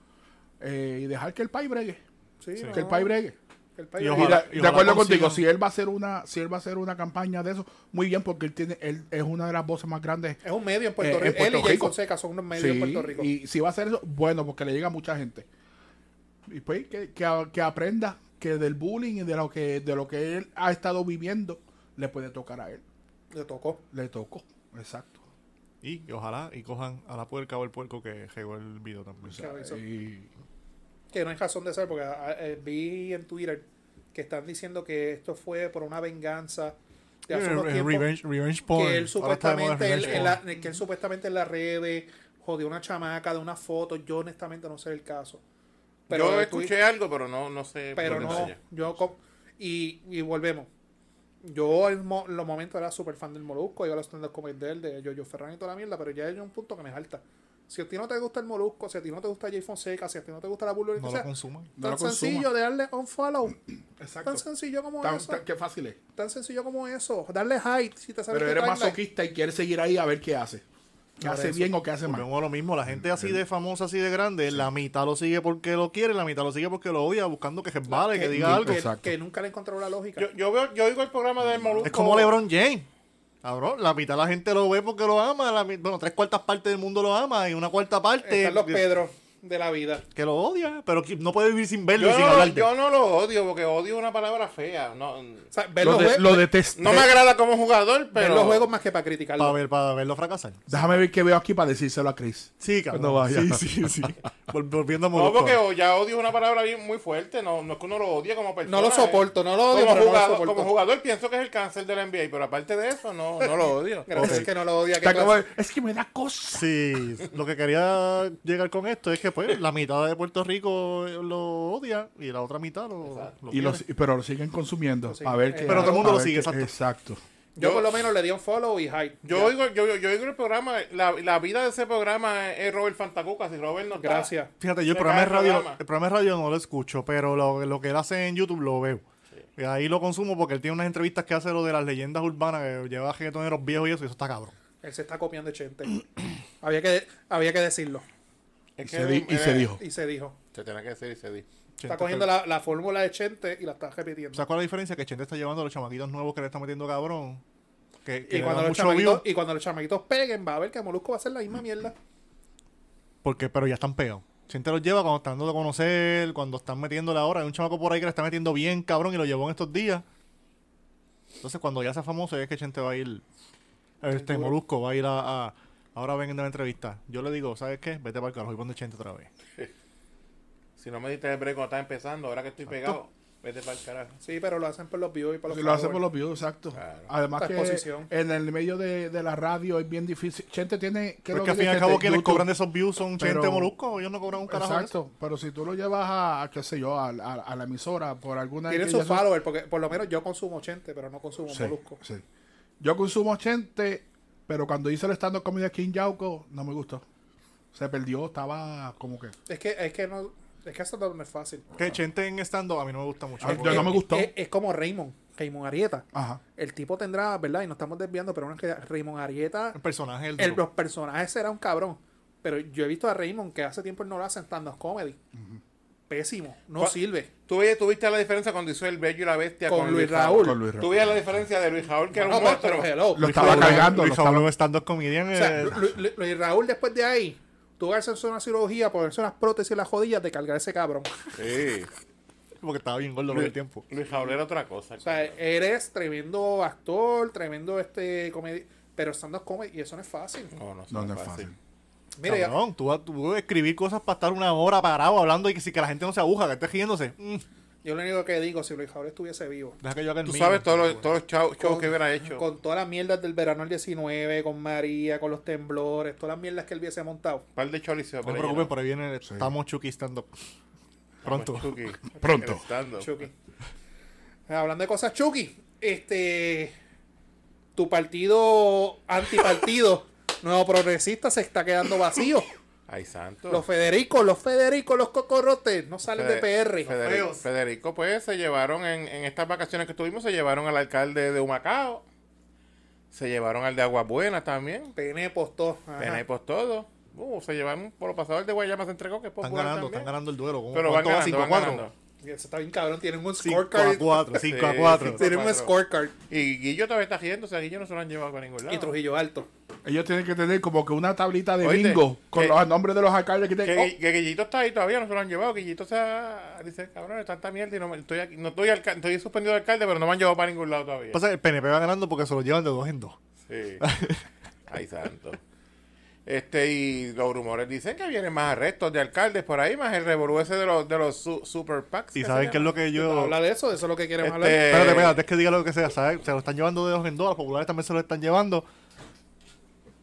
eh, y dejar que el país bregue,
Sí, no,
que el país bregue.
que el país
Y
bregue.
Y
Ojalá-
de-
y
de
ojalá
acuerdo
consiga.
contigo, si él va a hacer una, si él va a hacer una campaña de eso, muy bien, porque él tiene, él es una de las voces más grandes.
Es un medio en Puerto
Eh, en
Rico. Él
Puerto
y Jay
Rico.
Fonseca son unos medios
Sí,
en Puerto Rico.
Y si va a hacer eso, bueno, porque le llega a mucha gente. Y pues que, que- que aprenda que del bullying y de lo que, de lo que él ha estado viviendo, le puede tocar a él.
Le tocó.
Le tocó, exacto.
Y, y ojalá y cojan a la puerca o el puerco que regó el video también.
Claro, eso.
Y-
Que no hay razón de ser, porque ah, eh, vi en Twitter que están diciendo que esto fue por una venganza de hace
Eh,
unos
eh,
tiempos,
revenge, revenge porn.
que él
Ahora está de
supuestamente
moda
él-
revenge
en
porn.
la- que él supuestamente en las redes jodió una chamaca de una foto. Yo honestamente no sé el caso.
yo
de
escuché
Twitter-
algo, pero no, no sé.
pero
por
no,
detalle.
yo co- y, y volvemos. Yo en mo- los momentos era súper fan del Molusco, iba a los stand-up comedy de él, de Yoyo Ferran y toda la mierda, pero ya hay un punto que me salta. Si a ti no te gusta el Molusco, si a ti no te gusta Jay Fonseca, si a ti no te gusta la burla, lo que
No
sea,
lo consuman.
No
tan
lo consuma.
sencillo de darle un follow,
Exacto.
tan sencillo como
Tan-
eso,
tan- qué fácil es.
tan sencillo como eso, darle hype si te sabes
Pero
tu
eres
timeline.
masoquista y quieres seguir ahí a ver qué hace. ¿Qué
Por
hace
eso.
bien o qué hace mal?
Volvemos a lo mismo, la gente así de famosa, así de grande, la mitad lo sigue porque lo quiere, la mitad lo sigue porque lo odia, buscando que resbale, que, diga algo.
que,
Exacto.
que nunca le encontró la lógica.
Yo, yo veo, yo oigo el programa del Molusco.
Es como LeBron James. Cabrón, la mitad de la gente lo ve porque lo ama, la, mi- bueno, tres cuartas partes del mundo lo ama y una cuarta parte...
Están los Pedro, de la vida.
Que lo odia, pero que no puede vivir sin verlo y
Yo
sin
no,
hablar de
yo no lo odio, porque odio es una palabra fea. No,
O sea, ver
Lo,
los,
de-
jue-
lo detesto.
no me agrada como jugador,
ver
pero.
los juegos más que para
Para,
criticarlo.
ver, para verlo fracasar.
Déjame ver qué veo aquí para decírselo a Chris.
Sí, cabrón.
Cuando vaya.
Sí, sí, sí. [LAUGHS] Vol- Volviendo a
No,
Molusco.
porque o- ya odio es una palabra bien, muy fuerte. No, no es que uno lo odie como persona.
No lo
eh.
soporto, no lo odio,
como,
pero no lo
jugador,
soporto.
como jugador pienso que es el cáncer de la NBA, pero aparte de eso, no, no lo
[LAUGHS]
odio.
Gracias que no lo odia.
Te acabo de- Es que me da cosa.
Sí, lo que quería llegar con esto es que pues la mitad de Puerto Rico lo odia y la otra mitad lo, lo
Y
quiere.
los, pero lo siguen consumiendo.
Sí.
A ver qué-
Pero todo el
a
mundo lo
ver
sigue,
qué- exacto.
exacto.
Yo
Yo-
por lo menos le di un follow y hype.
Yo
Ya.
oigo, yo, yo, yo oigo el programa, la, la vida de ese programa es Robert Fantacuca, si Robert no está-
Gracias.
Fíjate, yo el
Se
programa,
cae
de
el
radio,
programa.
el programa de radio no lo escucho, pero lo, lo que él hace en YouTube lo veo. Y ahí lo consumo porque él tiene unas entrevistas que hace lo de las leyendas urbanas, que lleva reggaetoneros viejos y eso, y eso está cabrón.
Él se está copiando de Chente. había, que, había que decirlo.
Es que
Y se, di- y se
eh,
dijo.
Y se dijo.
Se tenía que decir y se dijo.
Está cogiendo la, la fórmula de Chente y la está repitiendo.
¿Sabes cuál es la diferencia? Que Chente está llevando a los chamaquitos nuevos que le está metiendo cabrón. Que, que
y,
le
cuando los
dan mucho
chamaquitos,
view,
y cuando los chamaquitos peguen, va a ver que Molusco va a hacer la misma mierda.
porque, pero ya están pegados. Chente los lleva cuando están dando a conocer, cuando están metiéndole ahora. Hay un chamaco por ahí que le está metiendo bien cabrón y lo llevó en estos días. Entonces, cuando ya sea famoso, es que Chente va a ir. Este Molusco va a ir a. a- ahora ven en la entrevista. Yo le digo, ¿sabes qué? Vete para el carajo y ponte Chente otra vez.
Si no me diste el break cuando estaba empezando, ahora que estoy pegado, vete para el carajo.
Sí, pero lo hacen por los views y por los
Lo hace por
followers.
los views, exacto.
Claro.
Además
La
que
exposición.
en el medio de, de la radio es bien difícil. Chente tiene... ¿qué es lo
Porque al
que
fin y al
dice
cabo,
Chente?
quienes
YouTube.
cobran de esos views son Chente
Pero-
Molusco. Ellos no cobran un carajo. de eso.
Exacto. Pero si tú lo llevas a, a, qué sé yo, a, a- a la emisora por alguna...
Tienen
que
sus
ya son-
followers, porque por lo menos yo consumo Chente, pero no consumo
Sí,
Molusco.
sí. Yo consumo 80, pero cuando hice el stand-up comedy aquí en Yauco, no me gustó. Se perdió, estaba como que...
Es que, es que no. Es que eso no es fácil.
Que Chente en stand-up a mí no me gusta mucho.
Ah, yo
Es-
no me gustó.
Es, es como Raymond, Raymond Arieta.
Ajá.
El tipo tendrá, ¿verdad? Y nos estamos desviando, pero una que Raymond Arieta,
El personaje del
el,
duro.
los personajes será un cabrón. Pero yo he visto a Raymond que hace tiempo él no lo hace en stand-up comedy. Pésimo, no
Cu-
sirve.
¿Tú, veías- tú viste la diferencia cuando hizo el Bello y la Bestia
Con
con,
Luis
Luis
Raúl.
Raúl?
Con Luis Raúl.
¿Tú veías la diferencia de Luis Raúl, que era
No,
un
pero- pero
monstruo?
hello.
Lo
Luis
estaba
Raúl-
cargando,
Luis
lo estaba-
Raúl en stand-up comedian.
O sea,
eh,
Lu- Lu- Luis Raúl después de ahí, tuvo que hacerse una cirugía, ponerse unas prótesis en las rodillas de cargar ese cabrón.
Sí.
porque estaba bien gordo todo
Luis,
el tiempo.
Luis Raúl era otra cosa.
O sea, eh, eres tremendo actor, tremendo este comedi pero stand-up comedy, y eso no es fácil.
no, no,
No, no es fácil.
Mira, ya-
Cabrón, tú, vas- tú vas a escribir cosas para estar una hora parado hablando y que, si, que la gente no se aguja, que esté riéndose. Mm,
yo lo único que digo, si Luis Raúl estuviese vivo,
deja que yo haga el
Tú
mío.
sabes todos los, todos los chavos
Con-
que hubiera hecho.
con todas las mierdas del verano del 19, con María, con los temblores, todas las mierdas que él hubiese montado.
Un par de choriceos.
No te preocupes, por ahí viene. el- Estamos Chucky stand-up.
Ah, pues
Pronto.
Pronto.
Chucky. Hablando de cosas, Chucky, este. Tu partido
[LAUGHS]
antipartido, nuevo progresista, se está quedando vacío.
Ay, santo.
Los Federicos, los Federicos, los Cocorrotes, no salen
Fede-
de PR.
Federico, Federico, pues se llevaron en, en estas vacaciones que tuvimos, se llevaron al alcalde de Humacao, se llevaron al de Aguas Buenas también,
Pene postó. ajá.
Pene por todo. Uh, se llevaron por los pasadores de Guayama, se entregó que es
Están
popular
ganando,
también.
están ganando el duelo. ¿Cómo-
Pero van
¿Cuánto va?
ganando, van
5 a 4.
ganando.
Ese está bien cabrón, tienen un
5 a
scorecard.
4. 5 a
Sí,
4.
sí.
Tienen un
Cuatro.
scorecard.
Y Guillo todavía está riendo, o sea, Guillo no se lo han llevado para ningún lado.
Y Trujillo Alto.
Ellos tienen que tener como que una tablita de
Oíste,
bingo con
que-
los nombres de los alcaldes que Oh,
Que,
tienen.
Gui- que Guillito está ahí todavía, no se lo han llevado. Guillito se ha- dice, cabrón, es tanta mierda y no, me- estoy, aquí- no estoy, alca- estoy suspendido de alcalde, pero no me han llevado para ningún lado todavía.
Pasa que el PNP va ganando porque se lo llevan de dos en dos.
Sí. [LAUGHS] Ay, santo. Este, y los rumores dicen que vienen más arrestos de alcaldes por ahí, más el revolú ese de los, de los su- super PACs.
Y saben qué es lo que yo.
Habla de eso, de eso es lo que queremos
Este,
hablar.
Espérate, espérate, es que diga lo que sea, ¿sabes? Se lo están llevando de dos en dos, los populares también se lo están llevando.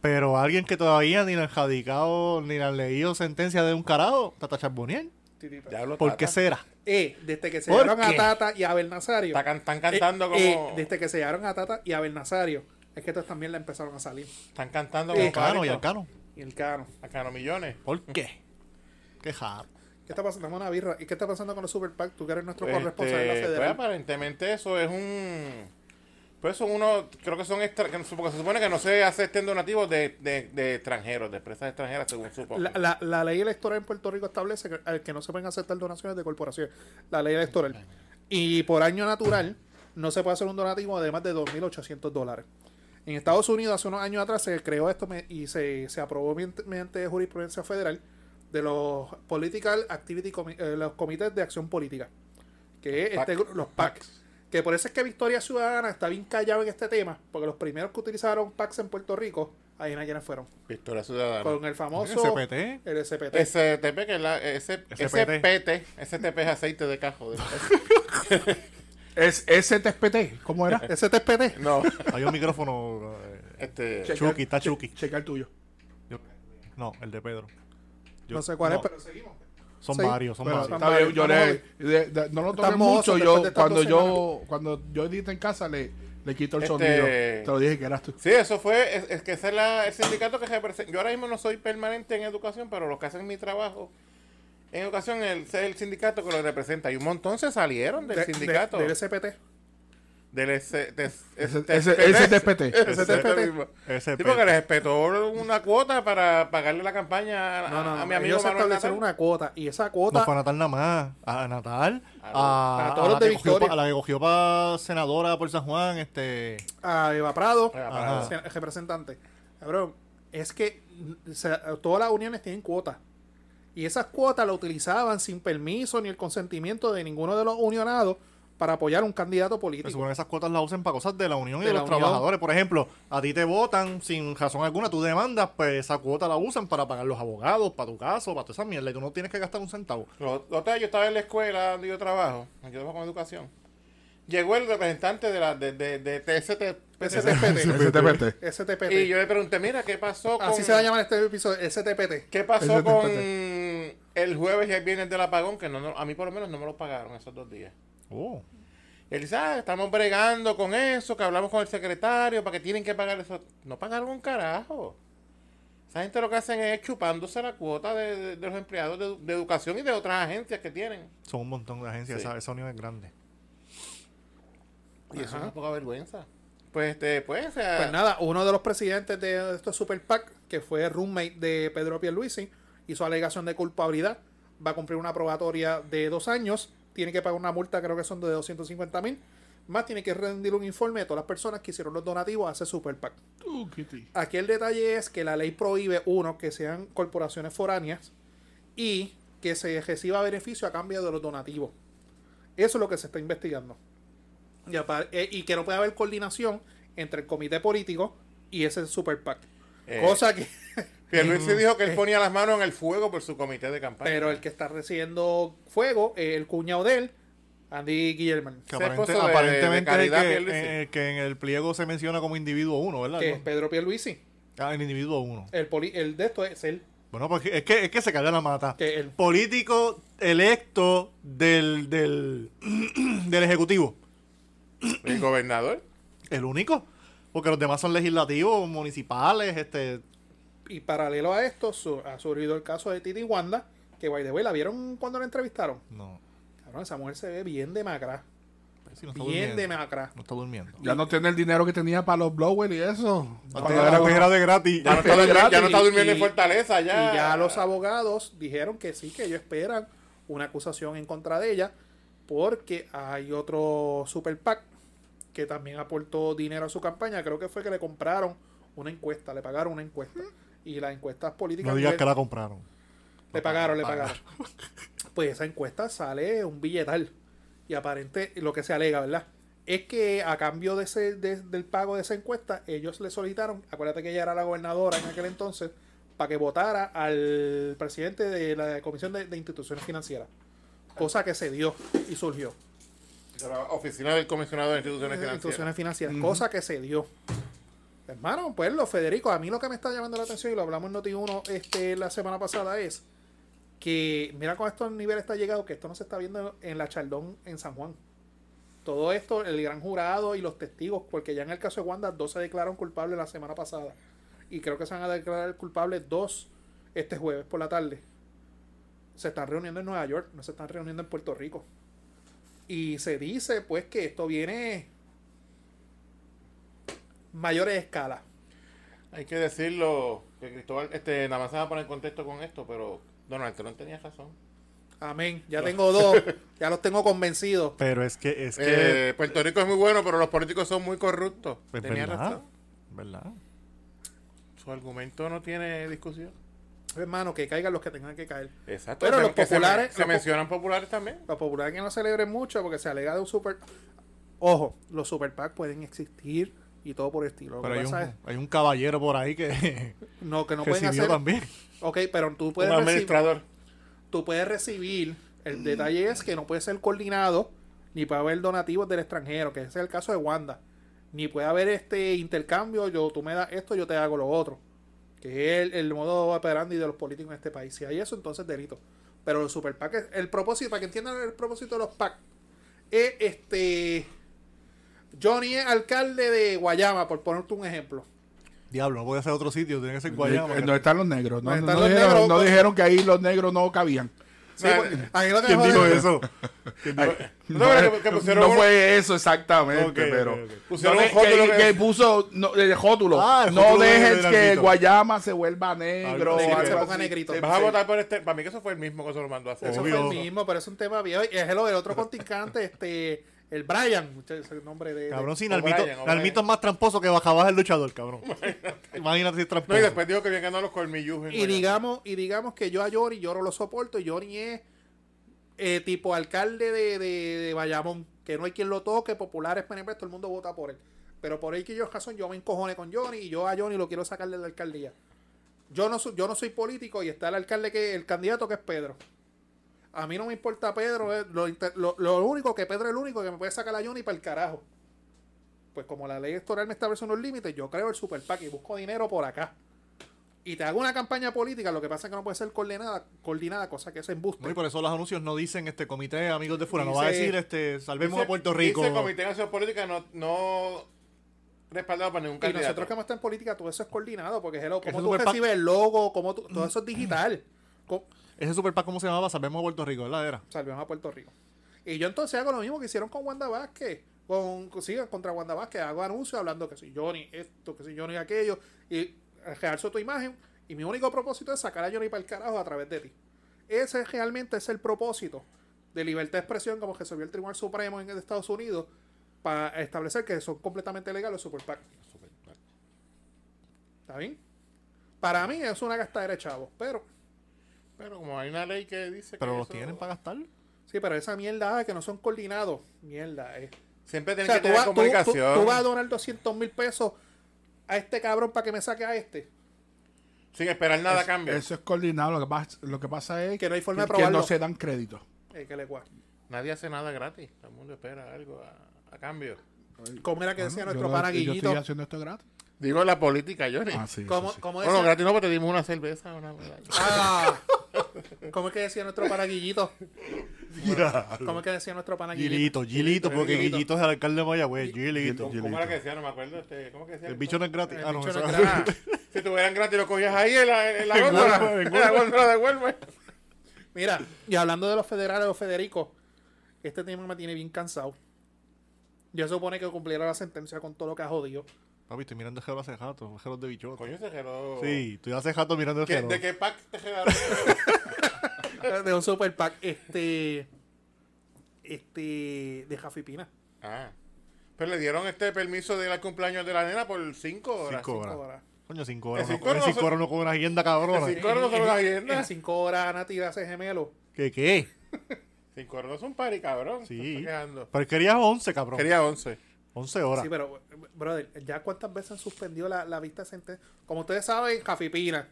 Pero alguien que todavía ni le han jadicado, ni le han leído sentencia de un carajo, Tata Charbonnier.
Titito.
Diablo,
¿Por
Tata.
qué será?
Eh, desde que se
¿Por
llevaron a
qué?
Tata y a Abel Nazario.
Está can- están cantando
eh,
como.
eh,
este
desde que se llevaron a Tata y a Abel Nazario. Es que todas también la empezaron a salir.
Están cantando
Eh,
como.
El cano y
pajaritos.
el cano.
Y el Cano.
A Cano Millones.
¿Por qué? Qué jar.
¿Qué está pasando? Dame una birra. ¿Y qué está pasando con los Super PAC? Tú que eres nuestro
Este,
corresponsal en la
pues,
federal.
aparentemente eso es un. Pues son unos. Creo que son. extra- que no- porque se supone que no se acepten donativos de, de, de extranjeros, de empresas extranjeras, según supongo.
La, la- la ley electoral en Puerto Rico establece que, al que no se pueden aceptar donaciones de corporaciones. La ley electoral. Y por año natural no se puede hacer un donativo de más de 2.800 dólares. En Estados Unidos hace unos años atrás se creó esto me- y se, se aprobó mediante- mediante jurisprudencia federal de los Political Activity Comi- eh, los comités de acción política, que es este gru- los PACs. Que por eso es que Victoria Ciudadana está bien callado en este tema, porque los primeros que utilizaron PACs en Puerto Rico, ahí en quiénes fueron.
Pistola Ciudadana.
Con el famoso
SPT.
el SPT.
STP, que es la. S-
SPT.
SPT. STP es aceite de cajo. de-
[LAUGHS]
Es STPT, ¿cómo era?
STPT.
No,
Hay un micrófono. eh,
este.
Chucky, está Chucky.
Checa el tuyo.
Yo- no, el de Pedro. Yo-
no sé cuál es,
no,
pero seguimos.
Son
sí.
varios, son
Bueno,
varios.
estamos-
Está bien, yo
Vamos
le, de- de- no lo toqué
Estamos
mucho.
osos
Yo,
después de estas
cuando
dos
yo cuando yo edito en casa, le, le quito el
Este-
sonido. Te lo dije que eras tú.
Sí, eso fue, es, es que ese es la- el sindicato que representa. Yo ahora mismo no soy permanente en educación, pero los que hacen mi trabajo en educación el- es el, sindicato que lo representa. Y un montón se salieron del
De- de-
sindicato.
del SPT.
del S- de- este
Ese-
STPT.
ese- STPT.
E.
E.
[LAUGHS] STPT.
SPT.
Sí, porque les respetó una cuota para pagarle la campaña
No,
a,
no,
Ah, a
no,
mi amigo
ellos se
Manuel
establecieron
Natal.
una cuota y esa
No
cuota
fue a Natal nada más. A Natal. A,
a todos
a la
los de
que cogió
Victoria.
pa- a la que cogió para senadora por San Juan. Este,
a Eva Prado,
Eva Prado.
se- representante. Cabrón, es que mm, se- todas las uniones tienen cuotas. Y esas cuotas las utilizaban sin permiso ni el consentimiento de ninguno de los unionados para apoyar un candidato
se
político.
supone que esas cuotas las usen para cosas de la Unión y
De
de
la
los
Unión.
trabajadores. Por ejemplo, a ti te votan sin razón alguna, tú demandas, pues esa cuota la usan para pagar los abogados, para tu caso, para toda esa mierda. Y tú no tienes que gastar un centavo.
Lo- lo otro día yo estaba en la escuela donde yo trabajo, yo trabajo con educación. Llegó el representante de la de, de, de
[LAUGHS]
STPT.
este-
STPT.
STPT.
E. y yo le pregunté, mira, ¿qué pasó con
E. Así se va a llamar E, este episodio, STPT.
¿Qué pasó
Ese
con
E".
el jueves y el viernes del apagón? Que no, no- a mí por lo menos no me lo pagaron esos dos días.
Oh.
Y él dice, ah, estamos bregando con eso, que hablamos con el secretario para que tienen que pagar eso. No pagaron un carajo. Esa gente lo que hacen es chupándose la cuota de, de- de los empleados de, de educación y de otras agencias que tienen.
Son un montón de agencias,
Sí.
esa, esa unión es grande.
Y eso es una poca vergüenza. Pues, este, pues, o sea,
Pues nada, uno de los presidentes de estos Super PAC, que fue roommate de Pedro Pierluisi, hizo alegación de culpabilidad, va a cumplir una probatoria de dos años, tiene que pagar una multa, creo que son de 250 mil, más tiene que rendir un informe de todas las personas que hicieron los donativos a ese Super PAC.
Tú, Kitty.
Aquí el detalle es que la ley prohíbe, uno, que sean corporaciones foráneas y que se reciba beneficio a cambio de los donativos. Eso es lo que se está investigando. Y, apa- eh, y que no puede haber coordinación entre el comité político y ese super PAC.
Eh.
Cosa que...
Pierluisi dijo que él ponía las manos en el fuego por su comité de campaña.
Pero el que está recibiendo fuego, eh, el cuñado de él, Andy Guillermo,
Ese
Que aparente-
esposo de- de
aparentemente es el
Caridad
que-
Pierluisi.
eh, que en el pliego se menciona como individuo uno, ¿verdad?
que es Pedro Pierluisi.
Ah, el individuo uno.
El, poli- el de esto es él.
Bueno, porque es que, es que se carga la mata.
Que el-
Político electo del, del, [CLEARS THROAT] del Ejecutivo.
[CLEARS THROAT]
El gobernador.
El único. Porque los demás son legislativos, municipales, este...
Y paralelo a esto, su- ha surgido el caso de Titi Wanda, que, by the way, ¿la vieron cuando la entrevistaron?
No.
Cabrón, esa mujer se ve bien demacrada.
Sí, no está
Bien
durmiendo.
demacrada.
No está durmiendo.
Ya no tiene el dinero que tenía para los blowers y eso.
Antes
Cuando
era
era-
cogera de gratis.
Ya no
[LAUGHS]
está, durmiendo- ya no está
Y-
durmiendo en
y-
Fortaleza. Ya.
Y ya los abogados dijeron que sí, que ellos esperan una acusación en contra de ella, porque hay otro super PAC que también aportó dinero a su campaña. Creo que fue que le compraron una encuesta, le pagaron una encuesta. Y las encuestas políticas
No digas
le-
que la compraron.
le pagaron, le pagaron. [LAUGHS] Pues esa encuesta sale un billetal. Y aparente, lo que se alega, ¿verdad? Es que a cambio de ese, de- del pago de esa encuesta, ellos le solicitaron, acuérdate que ella era la gobernadora en aquel entonces, para que votara al presidente de la Comisión de, de Instituciones Financieras. Cosa que se dio y surgió.
De la oficina del comisionado de instituciones
Eh,
financieras.
instituciones financieras, cosa que se dio. Hermano, pues lo Federico, a mí lo que me está llamando la atención y lo hablamos en Noti1 este, la semana pasada es que mira con estos niveles está llegado que esto no se está viendo en la Chaldón en San Juan. Todo esto, el gran jurado y los testigos, porque ya en el caso de Wanda dos se declararon culpables la semana pasada y creo que se van a declarar culpables dos este jueves por la tarde. Se están reuniendo en Nueva York, no se están reuniendo en Puerto Rico. Y se dice, pues, que esto viene mayores escalas.
Hay que decirlo, que Cristóbal, este, nada más se va a poner en contexto con esto, pero Donald Trump tenía razón.
Amén.
Ah.
Ya tengo
[LAUGHS]
dos. Ya los tengo convencidos.
Pero es que... Es que
Eh, Puerto Rico es muy bueno, pero los políticos son muy corruptos.
pues,
tenía
¿Verdad?
razón.
¿Verdad?
Su argumento no tiene discusión.
hermano, que caigan los que tengan que caer.
Exacto.
Pero
se-
los
que se-
populares-
Se,
los po-
mencionan populares también.
Los populares que no celebren mucho porque se alega de un super. Ojo, los super PAC pueden existir y todo por el estilo. Lo
Pero
que
hay un,
pasa es-
hay un caballero por ahí que
no, que [LAUGHS] no pueden
recibió
hacer.
también.
Ok, pero tú
Un
puedes, recibir,
administrador.
tú puedes recibir. El detalle es que no puede ser coordinado ni puede haber donativos del extranjero, que ese es el caso de Wanda. Ni puede haber este intercambio, yo tú me das esto, yo te hago lo otro. Que es el, el modo operandi de los políticos en este país. Si hay eso, entonces delito. Pero los super PAC, es- el propósito, para que entiendan el propósito de los PAC, es este. Johnny es alcalde de Guayama, por ponerte un ejemplo.
Diablo, no podía ser otro sitio, tiene que ser Guayama.
Eh, no están los negros. No,
¿Dónde
no
están los
dijeron,
negros?
no dijeron que ahí los negros no cabían.
Sí,
Ah,
porque- ahí lo que
[LAUGHS] ¿Quién
me
[LAUGHS]
dijo
jode- [LAUGHS]
eso?
Ay,
No, pero que- que pusieron
no
un-
fue eso exactamente,
Ok,
pero
ok, ok.
Pusieron
No,
un
que-
rótulo
que,
que-
que puso no, el rótulo.
Ah, el
no
rótulo de-
dejes
del
que
árbitro.
Guayama se vuelva negro.
Algo así,
algo
que se
así.
ponga negrito.
Vas a votar por este. Para mí que eso fue el mismo que se lo mandó a hacer.
Eso
Obvio.
fue el mismo, pero es un tema viejo. Y es el, el otro contingente, este, el Brian, muchacho, ese es el nombre de. de-
Cabrón, si
O'Brien,
Nalmito,
O'Brien.
Nalmito es más tramposo que bajabas el luchador,
[LAUGHS]
cabrón. Imagínate
No,
si es
y
tramposo.
después dijo que habían ganado los colmillos. en
y
Guayama.
digamos, y digamos que yo a Johnny, yo no lo soporto, y Johnny es eh, tipo alcalde de, de, de Bayamón, que no hay quien lo toque, populares, PNP, todo el mundo vota por él. Pero por ahí que yo razón, yo me encojone con Johnny y yo a Johnny lo quiero sacar de la alcaldía. Yo no, soy- yo no soy político y está el alcalde que, el candidato que es Pedro. A mí no me importa Pedro, eh, lo, inter- lo- lo único que Pedro es el único que me puede sacar a Johnny para el carajo. Pues como la ley electoral me establece unos límites, yo creo el super PAC y busco dinero por acá. Y te hago una campaña política, lo que pasa es que no puede ser coordinada, coordinada cosa que es embuste.
No, y por eso los anuncios no dicen este comité de amigos de fulano. va a
Dice-
decir este salvemos
Dice-
a Puerto Rico.
Dice el Comité Nacional Política no, no respaldado para ningún
Y
candidato.
nosotros que hemos estado en política, todo eso es coordinado, porque hello,
Eso
cómo
es
tú
súper pa-
recibes el logo, cómo tú- todo eso es
[CLEARS THROAT]
digital. Co-
Ese super pack, ¿cómo se llamaba? Salvemos a Puerto Rico, ¿verdad? Era.
Salvemos a Puerto Rico. Y yo entonces hago lo mismo que hicieron con Wanda Vázquez, con, con- sí, contra Wanda Vázquez, hago anuncios hablando que si Johnny esto, que si Johnny aquello, y realzo tu imagen, y mi único propósito es sacar a Johnny para el carajo a través de ti. Ese realmente es el propósito de libertad de expresión como que se vio el Tribunal Supremo en Estados Unidos para establecer que son completamente legales los super PAC. ¿Está bien? Para mí es una gastadera de chavos, pero
Pero como hay una ley que dice que
Pero los
eso-
tienen para gastar.
sí, pero esa mierda ah, que no son coordinados, mierda, eh.
Siempre
O
tienen
sea, tú,
que tener
vas- tú-
comunicación.
tú- tú vas a donar 200 mil pesos a este cabrón para que me saque a este.
Sin esperar nada a cambio.
Eso es coordinado. Lo que pasa, lo que pasa es
Que no hay forma de
que
probarlo.
no se dan crédito.
Eh, que le guay.
Nadie hace nada gratis. Todo el mundo espera algo a, a cambio.
Como era que decía
Bueno,
nuestro
yo,
pana
lo- yo
Guillito.
estoy haciendo esto gratis.
Digo la política, Johnny.
Ah, sí,
Como,
sí, sí.
como
Bueno,
decía,
gratis no, pero te dimos una cerveza, una medalla.
Ah, ¿Cómo es que decía nuestro pana Guillito? ¿Cómo es que decía nuestro pana Guillito?
Gilito, Gilito, porque
Gilito.
Gilito es el alcalde de Mayagüez. Gilito.
¿Cómo, cómo era que decía? No me acuerdo. Este, ¿Cómo que decía?
El bicho no es gratis.
El
Ah, no,
bicho
eso-
no es gratis.
[LAUGHS]
Ah, si tuvieran gratis lo cogías ahí en la, en la
[LAUGHS] En
góndola.
Guarma,
[LAUGHS]
en
En la góndola de Huelva.
Mira, y hablando de los federales o Federico, este tema me tiene bien cansado. Yo supone que cumpliera la sentencia con todo lo que ha jodido. [LAUGHS]
Papi, estoy mirando Jero hace rato, Jero de bichota.
Coño, se quedó.
Sí, estoy hace rato mirando el
¿Qué-
Jero.
¿De qué pack te quedaron? [LAUGHS]
de un super pack. Este. Este. De Jafi Pina.
ah. Pero le dieron este permiso de ir al cumpleaños de la nena por 5 horas.
Cinco horas.
Ahora.
Coño, cinco horas.
En
no
cinco horas
co- En cinco
no-
horas no con una guienda cabrona.
En cinco horas no
En-
son las
En
agendas.
5 horas Ana tira ese gemelo.
¿Qué qué?
Cinco horas no son pari, cabrón.
Sí.
Te estás quejando.
Pero querías 11, cabrón.
Quería 11.
11 horas.
Sí, pero, brother, ¿ya cuántas veces han suspendido la, la vista de sentencia? Como ustedes saben, Jafi Pina,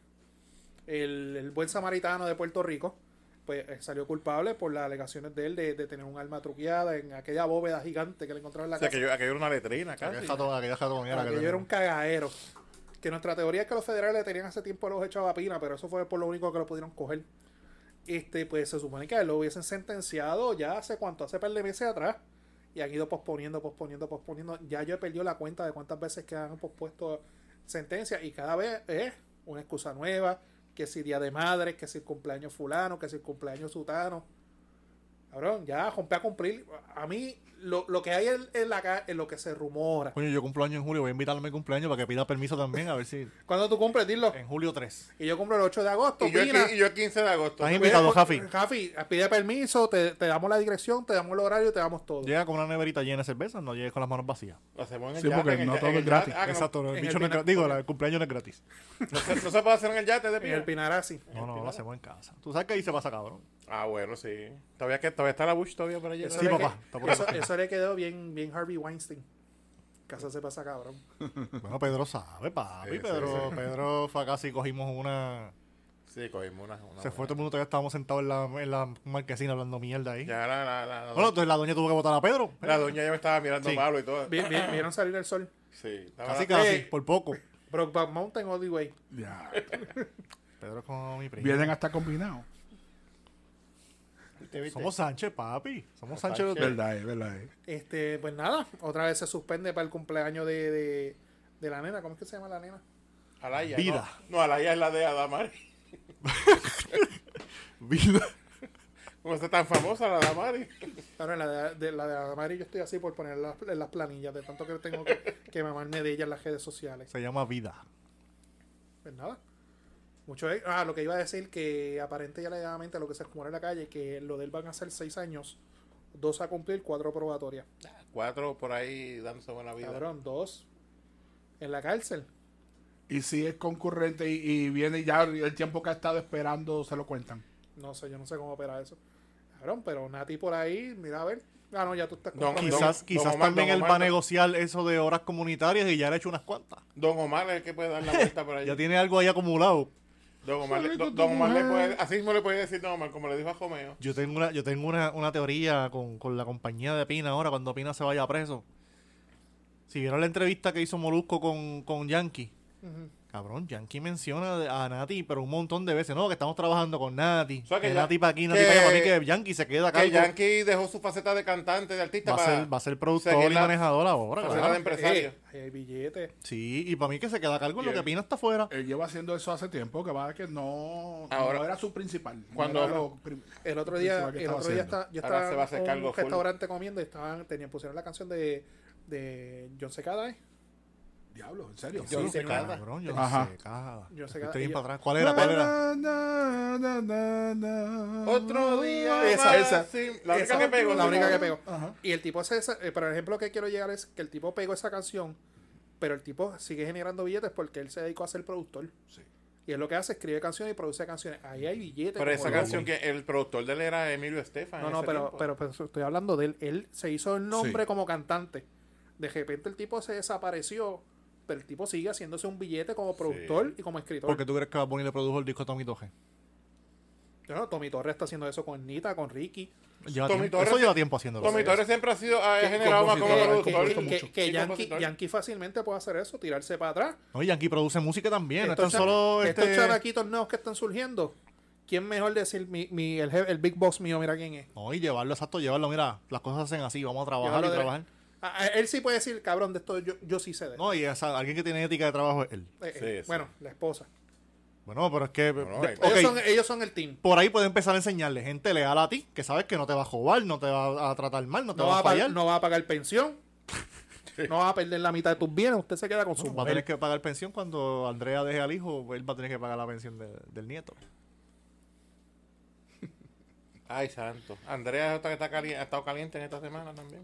el, el buen samaritano de Puerto Rico, pues eh, salió culpable por las alegaciones de él de, de tener un arma truqueada en aquella bóveda gigante que le encontraron en la
O sea,
casa.
aquello, aquello era una letrina,
Aquella
casi.
jatón- aquella jatonera que
Aquello
le-
era un cagadero. Que nuestra teoría es que los federales le tenían hace tiempo los hechos a Pina, pero eso fue por lo único que lo pudieron coger. Este, pues se supone que a él lo hubiesen sentenciado ya hace cuánto, hace par de meses atrás. Y han ido posponiendo, posponiendo, posponiendo. Ya yo he perdido la cuenta de cuántas veces que han pospuesto sentencias. Y cada vez es una excusa nueva. Que si día de madre, que si el cumpleaños fulano, que si el cumpleaños sutano. Cabrón, ya, rompé a cumplir. A mí, lo, lo que hay en, en la ca- en lo que se rumora.
Coño, yo cumplo año en julio, voy a invitarme a mi cumpleaños para que pida permiso también, a ver si.
Cuando tú cumples, dilo.
En julio 3.
Y yo cumplo el 8 de agosto.
Y yo, el
opina.
qui- y yo el 15 de agosto.
Estás invitado, Jafi.
Jafi, pide permiso, te, te damos la dirección, te damos el horario, te damos todo.
Llega con una neverita llena de cervezas, no llegues con las manos vacías.
Lo hacemos en el
Sí,
yate,
porque
en el
no
yate,
todo
en el
es gratis.
yate. Ah, que no-
Exacto, no, el
en el
bicho no es
Pinaco-
gra- digo, la- el cumpleaños no es gratis.
No se, no se puede hacer en el yate de
En el
pie.
Pinarasi.
No, no, lo hacemos en casa. Tú sabes que ahí se pasa, cabrón.
Ah, bueno, sí. Todavía, que, todavía está la Bush todavía por allá.
Eso,
Sí,
le,
papá,
que-
está por ahí.
eso- eso le quedó bien, bien Harvey Weinstein. Casa se pasa cabrón.
Bueno, Pedro sabe, papi.
Sí, sí,
Pedro, Pedro fue acá, sí, cogimos una.
Sí, cogimos una. una
se fue
buena.
todo el mundo, todavía estábamos sentados en la, en la marquesina hablando mierda ahí.
Ya la, la, la, la,
Bueno, entonces la doña tuvo que votar a Pedro.
la doña ya me estaba mirando
Sí.
malo y todo.
Vi- vi- Vieron salir el sol.
Ah, Sí, estaba-
Casi, casi,
Eh.
por poco.
Brockback Mountain all the way.
Ya.
Pedro es como mi primo.
Vienen hasta combinados.
¿Te viste?
Somos Sánchez, papi. Somos
Sánchez.
Sánchez. los dos.
Verdad, es verdad. es.
Este, pues nada, otra vez se suspende para el cumpleaños de, de, de la nena. ¿Cómo es que se llama la nena?
Alaya.
Vida.
No, no, Alaya es la de Adamari. [LAUGHS]
Vida.
¿Cómo está tan famosa la Adamari?
Claro, en la de, de- la de la Madrid yo estoy así por poner las, en las planillas, de tanto que tengo que, que mamarme de ella en las redes sociales.
Se llama Vida.
Pues nada. Mucho e- ah, lo que iba a decir que aparente y alegadamente lo que se rumora en la calle, que lo de él van a ser seis años, dos a cumplir, cuatro probatorias.
Cuatro por ahí dándose buena vida.
Cabrón, dos en la cárcel.
[LAUGHS] Y si es concurrente y, y viene ya el tiempo que ha estado esperando, se lo cuentan.
No sé, yo no sé cómo opera eso. Cabrón, pero Nati por ahí, mira a ver. Ah, no, ya tú estás
No,
comprometido.
Quizás,
don
quizás
Omar,
también
don
él
Omar,
va a
no.
negociar eso de horas comunitarias y ya le ha hecho unas cuantas.
Don Omar es el que puede dar la vuelta
[LAUGHS]
por
Ya
ahí.
tiene algo ahí acumulado.
Don Omar, le-
Salve
don,
con tu
Don Omar le
mujer.
puede, así mismo le puede decir Don Omar, como le dijo a Jomeo.
Yo tengo una, yo tengo una, una teoría con, con la compañía de Pina ahora, cuando Pina se vaya preso. Si vieron la entrevista que hizo Molusco con, con Yankee,
Ujú.
cabrón, Yankee menciona de- a Nati, pero un montón de veces, no, que estamos trabajando con Nati.
O sea, que
que
ya-
Nati para aquí, Nati
que-
para allá, para mí que Yankee se queda acá.
Que Yankee dejó su faceta de cantante, de artista
va, a
para
ser, va a ser productor
seguir
y
la-
manejador ahora,
faceta
claro.
de empresario.
Eh, ahí hay billetes.
Sí, y para mí que se queda a cargo
Y
en lo que
él-
Pina está afuera.
Él lleva haciendo eso hace tiempo, que va que no,
Ahora-
no era su principal. no
Cuando-
era lo prim-
El otro día,
principal que
el
estaba
otro día
haciendo.
está, yo
Ahora
estaba
se va a hacer
en
cargo
un
full.
restaurante comiendo y estaban, tenían, pusieron la canción de, de John Secada, ¿eh?
Diablo, en serio.
Yo
Sí,
no sé nada.
cabrón, yo no
Ajá.
sé, cara.
Yo no sé,
Estoy bien
yo-
para atrás. ¿Cuál era? ¿Cuál
Na,
era?
na, na, na, na.
Otro día.
Esa,
más
esa.
sin- la única
Esa,
que pegó.
La
sí,
única
no.
que pegó.
Ajá.
Y el tipo hace esa, eh, pero el ejemplo que quiero llegar es que el tipo pegó esa canción, pero el tipo sigue generando billetes porque él se dedicó a ser productor.
Sí.
Y él lo que hace es escribe canciones y produce canciones. Ahí hay billetes.
Pero
como
esa
loco.
canción que el productor de él era Emilio Estefan.
No,
en
no,
ese
pero,
tiempo.
pero, pero estoy hablando de él. Él se hizo el nombre
Sí.
como cantante. De repente el tipo se desapareció, pero el tipo sigue haciéndose un billete como productor y como escritor.
Porque tú crees que Bad Bunny le produjo el disco a Tommy Toje.
No, Tommy Torres está haciendo eso con Nita, con Ricky.
Lleva
Tommy
tiempo-
Torres-
eso lleva tiempo haciéndolo.
Tommy Torres siempre ha sido, ha
Que-
generado más como
compositor,
que,
productor.
que- que-
y
que Yankee,
compositor.
Yankee fácilmente puede hacer eso, tirarse para atrás.
No, y Yankee produce música también. No es tan
estos cha-
solo
estos
este.
chamaquitos nuevos que están surgiendo, ¿quién mejor decir mi, mi- el, je- el big boss mío? Mira quién es.
No, y llevarlo, exacto, llevarlo. Mira, las cosas se hacen así, vamos a trabajar
Llevarlo
y
de-
trabajar.
Ah, ah, él sí puede decir, cabrón, de esto yo, yo sí sé de
No, y esa- alguien que tiene ética de trabajo es él.
Eh, eh,
Sí, sí.
Bueno, la esposa.
Bueno, pero es que.
Bueno,
de-
ahí-
ok,
Ellos, son, ellos son el team.
por ahí puede empezar a enseñarle gente leal a ti, que sabes que no te va a jobar, no te va a tratar mal, no te
No
va
va,
a
a pa-
fallar.
no va a pagar
[LAUGHS]
pensión. No va a perder la mitad de tus bienes. Usted se queda con su
Va a
mujer.
tener que pagar pensión cuando Andrea deje al hijo, él va a tener que pagar la pensión de- del nieto.
Ay, santo. Andrea es otra que está cali- ha estado caliente en esta semana también.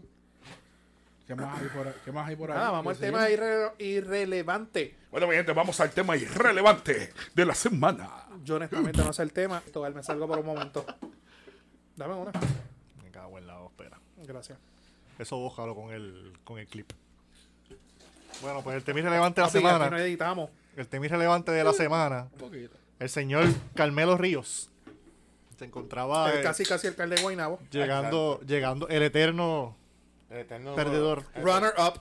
¿Qué más hay por ahí? ¿Qué más hay por ahí?
Nada, Ah, vamos al
¿Qué
tema
sigue?
irre- irrelevante.
Bueno, mi gente, vamos al tema irrelevante de la semana.
Yo honestamente no sé el tema. Todavía me salgo por un momento. Dame una.
Me cago en la ópera.
Gracias.
Eso bójalo con el, con el clip. Bueno, pues el tema irrelevante de la
Así que aquí no Uh.
semana.
editamos.
El tema irrelevante de la semana. El señor Carmelo Ríos se encontraba
El
eh,
casi casi alcalde de Guaynabo.
llegando, llegando el eterno,
El eterno-
Perdedor.
Eh,
Runner up.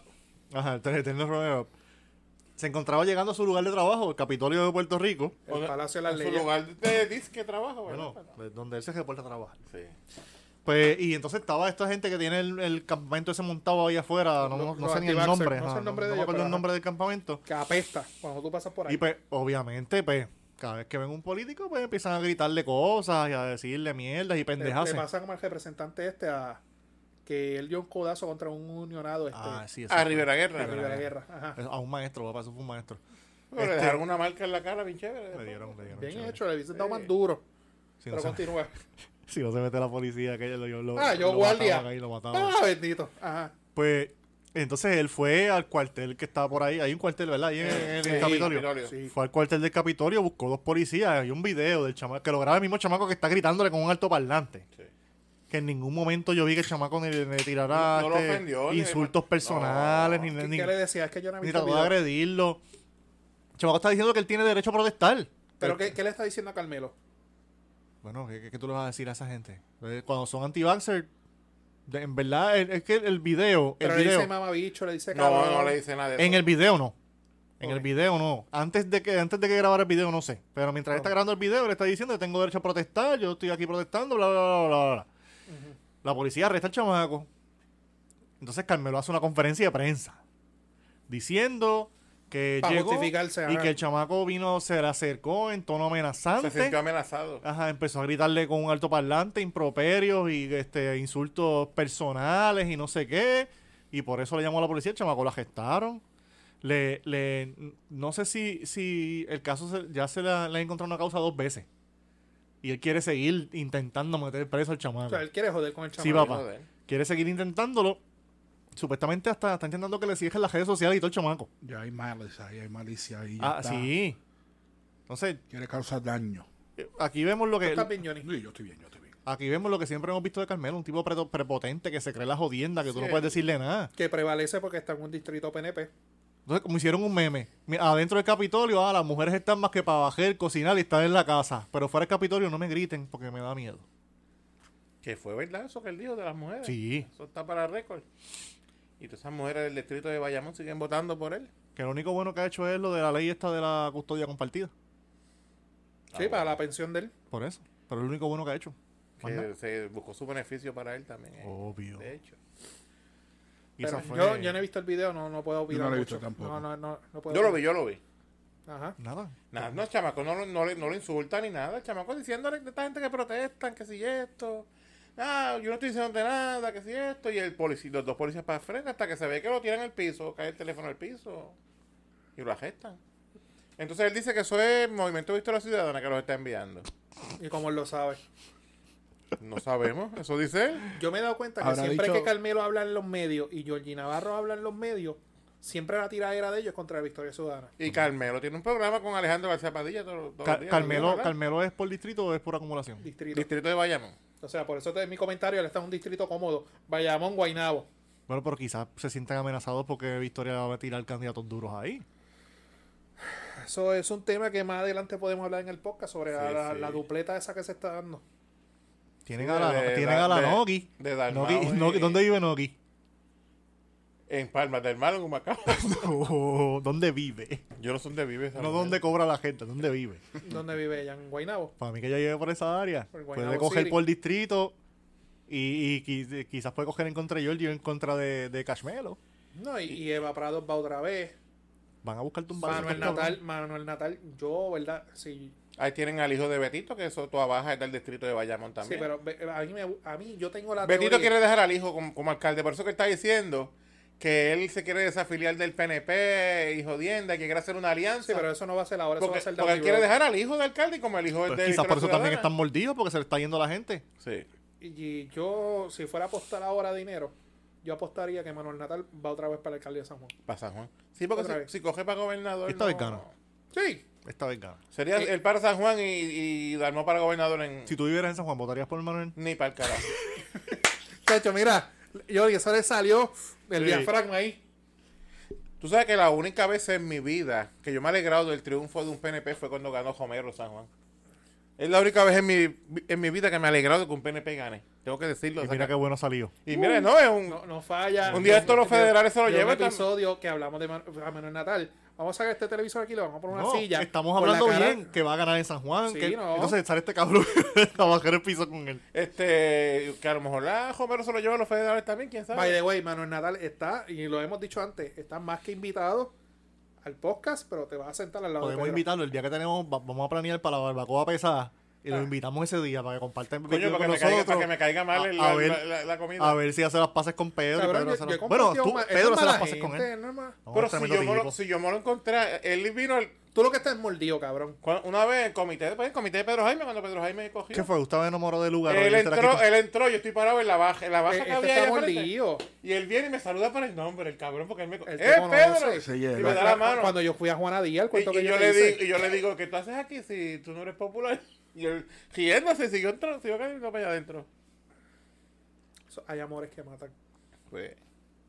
ajá, el eterno runner-up. Se encontraba llegando a su lugar de trabajo, el Capitolio de Puerto Rico,
El Palacio de las
en
Leyes.
Su lugar de disque trabajo, ¿verdad?
bueno, de donde él se reporta a trabajar.
Sí.
Pues, y entonces estaba esta gente que tiene el, el campamento ese montado ahí afuera, no,
Los-
no
los
sé ni el
anti-vaxxer,
nombre,
no sé
ajá,
el nombre de
no me
ellos,
acuerdo
pero
el nombre del campamento.
Que apesta cuando tú pasas por ahí.
Y pues, obviamente, pues, cada vez que ven un político, pues empiezan a gritarle cosas y a decirle mierdas y
Le,
pendejadas.
le pasa como al representante este a que él dio un codazo contra un unionado este
Ah, sí, eso
A
fue.
Rivera
de
Guerra.
Rivera Guerra. Ajá.
Eso- A un maestro, papá, eso fue un maestro.
Pero le
Este-
dejaron una marca en la cara, bien chévere.
Le
después.
dieron, le dieron.
Bien
chévere.
hecho, le hubiese dado más duro.
Si no,
pero
se,
continúa.
[LAUGHS] si no se mete la policía, que yo lo.
Ah, yo
lo
guardia.
mataban ahí, lo mataban.
Ah, bendito. Ajá.
Pues entonces él fue al cuartel que estaba por ahí. Hay un cuartel, ¿verdad? Ahí en, en el
Sí,
Capitolio.
Capitolio.
Sí.
Fue al cuartel del Capitolio, buscó dos policías. Hay un video del chamaco que lo graba el mismo chamaco que está gritándole con un altoparlante.
Sí.
Que en ningún momento yo vi que el chamaco ni le, le tirara
No lo
este,
ofendió, ni le-
insultos personales,
No.
ni,
¿Qué,
ni,
qué le decía? Es que yo no he
ni
visto el
trató de
video.
agredirlo. El chamaco está diciendo que él tiene derecho a protestar.
Pero
este.
¿qué, qué le está diciendo a Carmelo?
Bueno, ¿qué, qué- qué tú le vas a decir a esa gente? Eh, Cuando son anti-vaxxer, de- en verdad, es, es que el video, el
Pero le
video,
dice mamabicho, le dice
No,
cabrón.
no le dice nada de eso.
en el video no. En el
Ok.
video no. Antes de que antes de que grabara el video no sé. Pero mientras él está grabando el video, le está diciendo que tengo derecho a protestar, yo estoy aquí protestando, bla, bla, bla, bla, bla. bla. La policía arresta al chamaco. Entonces Carmelo hace una conferencia de prensa diciendo que
Pa'
llegó
justificarse,
y
ajá.
que el chamaco vino, se le acercó en tono
Se
amenazante.
sintió amenazado.
Ajá, empezó a gritarle con un altoparlante, improperios y este, insultos personales y no sé qué. Y por eso le llamó a la policía, el chamaco lo gestaron. Le, le, no sé si, si el caso se- ya se le ha, le ha encontrado una causa dos veces. Y él quiere seguir intentando meter preso al chamaco.
O sea, él quiere joder con el
Sí,
chamaco.
papá.
Joder.
Quiere seguir intentándolo. Supuestamente hasta está intentando que le cierren las redes sociales y todo el chamaco.
Ya hay malicia, ahí hay malicia. Ahí ya
Ah,
está.
sí. Entonces,
Quiere causar daño.
eh, aquí vemos lo
Tú
que...
estás bien, Johnny.
Sí, yo estoy bien, yo estoy bien.
Aquí vemos lo que siempre hemos visto de Carmelo, un tipo preto- prepotente que se cree la jodienda, que tú
Sí.
no puedes decirle nada.
Que prevalece porque está en un distrito
Ah,
PNP.
Entonces, como hicieron un meme, mi- adentro del Capitolio, ah, las mujeres están más que para bajar, cocinar y estar en la casa. Pero fuera del Capitolio no me griten porque me da miedo.
Que fue verdad eso que él dijo de las mujeres.
Sí.
Eso está para récord. Y todas esas mujeres del distrito de Bayamón siguen votando por él.
Que lo único bueno que ha hecho es lo de la ley esta de la custodia compartida.
Sí, para la pensión de él.
Por eso. Pero es lo único bueno que ha hecho.
Que se buscó su beneficio para él también. eh.
Obvio.
De hecho.
Y esa
Pero
fue-
yo, yo no he visto el video, no, no puedo opinar.
Yo no lo he
mucho.
visto tampoco.
No, no, no, no puedo
Yo lo vi,
opinar.
yo lo vi.
Ajá.
Nada.
Nada, no, el chamaco no, lo- no, le- no lo insulta ni nada. El chamaco diciéndole a esta gente que protestan, que si esto. Ah, yo no estoy diciendo de nada, que si esto. Y el policía, los dos policías para el frente hasta que se ve que lo tiran al piso, cae el teléfono al piso. Y lo agestan. Entonces él dice que eso es Movimiento Victoria Ciudadana que los está enviando.
Y como él lo sabe.
No sabemos, eso dice él.
Yo me he dado cuenta que
Habrá
siempre
dicho-
que Carmelo habla en los medios y Georgie Navarro habla en los medios, siempre la tiradera de ellos contra la Victoria Ciudadana.
Y Carmelo tiene un programa con Alejandro García Padilla todos los- todos los
Car-
días,
Carmelo,
¿verdad?
Carmelo es por distrito o es por acumulación.
Distrito.
Distrito de Bayamón.
O sea, por eso te- mi comentario, él está en un distrito cómodo. Bayamón, Guainabo.
Bueno, pero quizás se sientan amenazados porque Victoria va a tirar candidatos duros ahí.
Eso es un tema que más adelante podemos hablar en el podcast sobre la,
Sí,
la-
sí.
la dupleta esa que se está dando.
Tienen
De-
a la,
de-
tienen
de-
a la
de-
Noki.
de Dalmau
Noki-
y-
Noki- ¿Dónde vive Noki?
En Palmas del Mar, en Humacao.
[LAUGHS] Oh, ¿Dónde vive?
Yo no sé dónde vive esa
No
mujer.
dónde cobra la gente, dónde vive.
¿Dónde vive ella? ¿En Guainabo?
Para mí que ella vive por esa área.
Por
Puede
Guaynabo
coger
City.
por distrito y, y qui- quizás puede coger en contra de Giorgio en contra de, de Cashmelo.
No, y, y Eva Prado va otra vez.
Van a buscarte un balazo,
Manuel
cabrón.
Natal, Manuel Natal, yo, ¿verdad? Sí,
Ahí tienen al hijo de Betito, que eso toda baja es del distrito de Bayamón
sí
también.
pero ve- a mí, me- a mí yo tengo la
Betito
teoría-
quiere dejar al hijo como, como alcalde, por eso que está diciendo que él se quiere desafiliar del PNP y jodienda, que quiere hacer una alianza.
Sí, pero eso no va a ser ahora, eso va
porque
a ser
porque
down
él
the
quiere
road.
dejar al hijo de alcalde y como el hijo es
Pues
de
quizás por eso
Victoria
también están
Ciudadana.
mordidos porque se le está yendo la gente.
Sí.
Y yo, si fuera a apostar ahora dinero, yo apostaría que Manuel Natal va otra vez para el alcalde de San Juan.
Para San Juan. Sí, porque
Otra
si,
vez.
si coge para gobernador.
Esta
no-
vez gana.
Sí.
Esta vez gana.
Sería
Sí.
el para San Juan y, y Dalmau para gobernador en.
Si tú vivieras en San Juan, ¿votarías por Manuel?
Ni para el carajo.
Chacho, mira, yo eso le salió del
Sí.
diafragma ahí.
Tú sabes que la única vez en mi vida que yo me he alegrado del triunfo de un PNP fue cuando ganó Homero San Juan. Es la única vez en mi, en mi vida que me he alegrado de que un PNP gane. Tengo que decirlo.
Y
saca-
mira qué bueno salió.
Y mira, no, es un...
No, no falla.
Un día
Yo-
estos los
yo-
federales se lo
yo
llevan
Un
tam-
episodio que hablamos de Man- a Manuel Natal. Vamos a sacar este televisor aquí, le vamos a poner una
No,
silla.
estamos
con la
hablando
cara-
bien que va a ganar en San Juan.
Sí,
que-
no.
Entonces sale este cabrón [LAUGHS] a bajar el piso con él.
Este, que a lo mejor la Homero se lo lleva a los federales también, quién sabe.
By the way, Manuel Natal está, y lo hemos dicho antes, está más que invitado al podcast, pero te vas a sentar al lado
Podemos
de Pedro.
invitarlo el día que tenemos, va- vamos a planear para la barbacoa pesada y lo
Ah.
invitamos ese día para que compartan
Coño,
video
para que,
con
me caiga, para
nosotros.
que me caiga mal
A-
el-
a
la,
ver-
la- la- la comida.
A ver si hace las pases con Pedro. y
Cabrón,
Pedro
yo-
hace
yo he
las- bueno,
compartido
tú,
ma- esto
Pedro
es
hace las
mala
pases con
gente,
él.
no es más.
No,
pero si
tremendo
yo, me
tipo.
lo, si yo me lo encontré, él vino el-
Tú lo que estás es mordido, cabrón.
cu- una vez en el comité, de- pues, el comité de Pedro Jaime, cuando Pedro Jaime cogió.
¿Qué fue? Gustavo enamoró del lugar.
Él
hoy, este era
entró,
aquí.
él entró, yo estoy parado en la baja, en la baja
Eh,
que
este
había allá
está
frente.
mordido.
Y él viene y me saluda por el nombre, el cabrón, porque él me... co-
Él
¡Eh,
te conoce.
Pedro!
Sí,
y
es
me da la mano.
Cuando yo fui a Juana Díaz, el
Y,
cuento que
y
yo,
yo
te
le
hice.
digo, y yo le digo, ¿qué tú haces aquí si tú no eres popular? Y él, riéndose, siguió entrando, siguió cayendo para allá adentro.
So- Hay amores que matan.
Pues,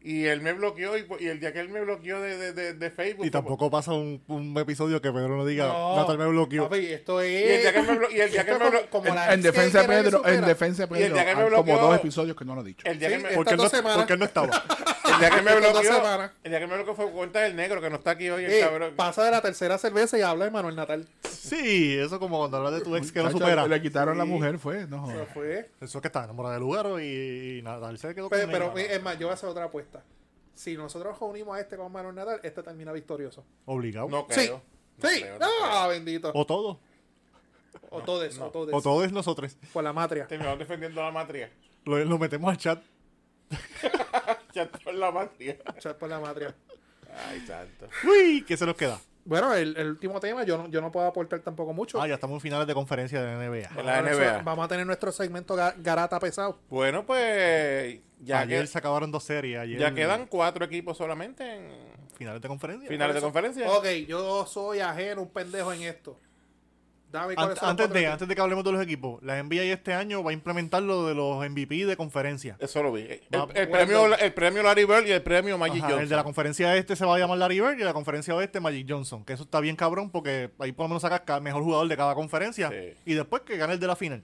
y él me bloqueó, y, y el día que él me bloqueó de, de, de, de Facebook... pues,
Y
fue-
tampoco pasa un, un episodio que Pedro no diga,
No.
Natal me bloqueó.
Papi, esto es.
Y el día que me blo- y el día
esto
que me
es como-
blo-
como
En,
la
en
ex que
defensa de
quiere que
Pedro, en
supera.
defensa de
Y el
Pedro,
día que me
hay como
bloqueó-
dos episodios que no lo he dicho.
El día,
Sí,
que me,
estas
Porque él,
dos
no,
semanas.
porque él no estaba. [LAUGHS]
el día
[LAUGHS]
que me
estas dos
bloqueó,
semanas.
el día que me bloqueó fue cuenta del negro, que no está aquí hoy el
Eh,
cabrón.
pasa de la tercera cerveza y habla de Manuel Natal.
sí, eso como cuando hablas de tu ex que no
Chacho,
supera.
Le quitaron la mujer, fue. No,
Se
joder.
fue.
Eso es que estaba enamorado del lugar y, y Natal se quedó
Pero,
con
pero, eh,
ella.
es más, yo voy a hacer otra apuesta. Si nosotros unimos a este con Manuel Natal, este termina victorioso.
Obligado.
No
Sí.
creo. No
Sí.
creo, no creo.
ah, bendito.
O todo.
O todes, o todes.
O todos nosotros.
Por la matria.
Terminamos defendiendo la matria.
Lo, lo metemos al chat.
[LAUGHS] Ya está en la matria.
Chat por la matria.
Ay, santo.
¡Uy! ¿Qué se nos queda?
Bueno, el, el último tema, yo no, yo no puedo aportar tampoco mucho.
Ah, ya estamos en finales de conferencia de la NBA.
En la
Ahora
NBA.
eso- Vamos a tener nuestro segmento ga- garata pesado.
Bueno, pues ya,
ayer
que,
se acabaron dos series. Ayer,
ya quedan cuatro equipos solamente en
Finales de conferencia.
finales de conferencia.
Ok, yo soy ajeno, un pendejo en esto. Dame
An-
cuáles son los
antes,
cuatro
de,
equipos.
antes de que hablemos de los equipos, la NBA este año va a implementar lo de los MVP de conferencia.
Eso lo vi. El,
Va-
el premio,
bueno.
el premio Larry Bird y el premio Magic
Ajá,
Johnson.
el de la conferencia este se va a llamar Larry Bird y la conferencia oeste Magic Johnson. Que eso está bien cabrón porque ahí por lo menos sacas cada mejor jugador de cada conferencia
Sí.
y después que gane el de la final.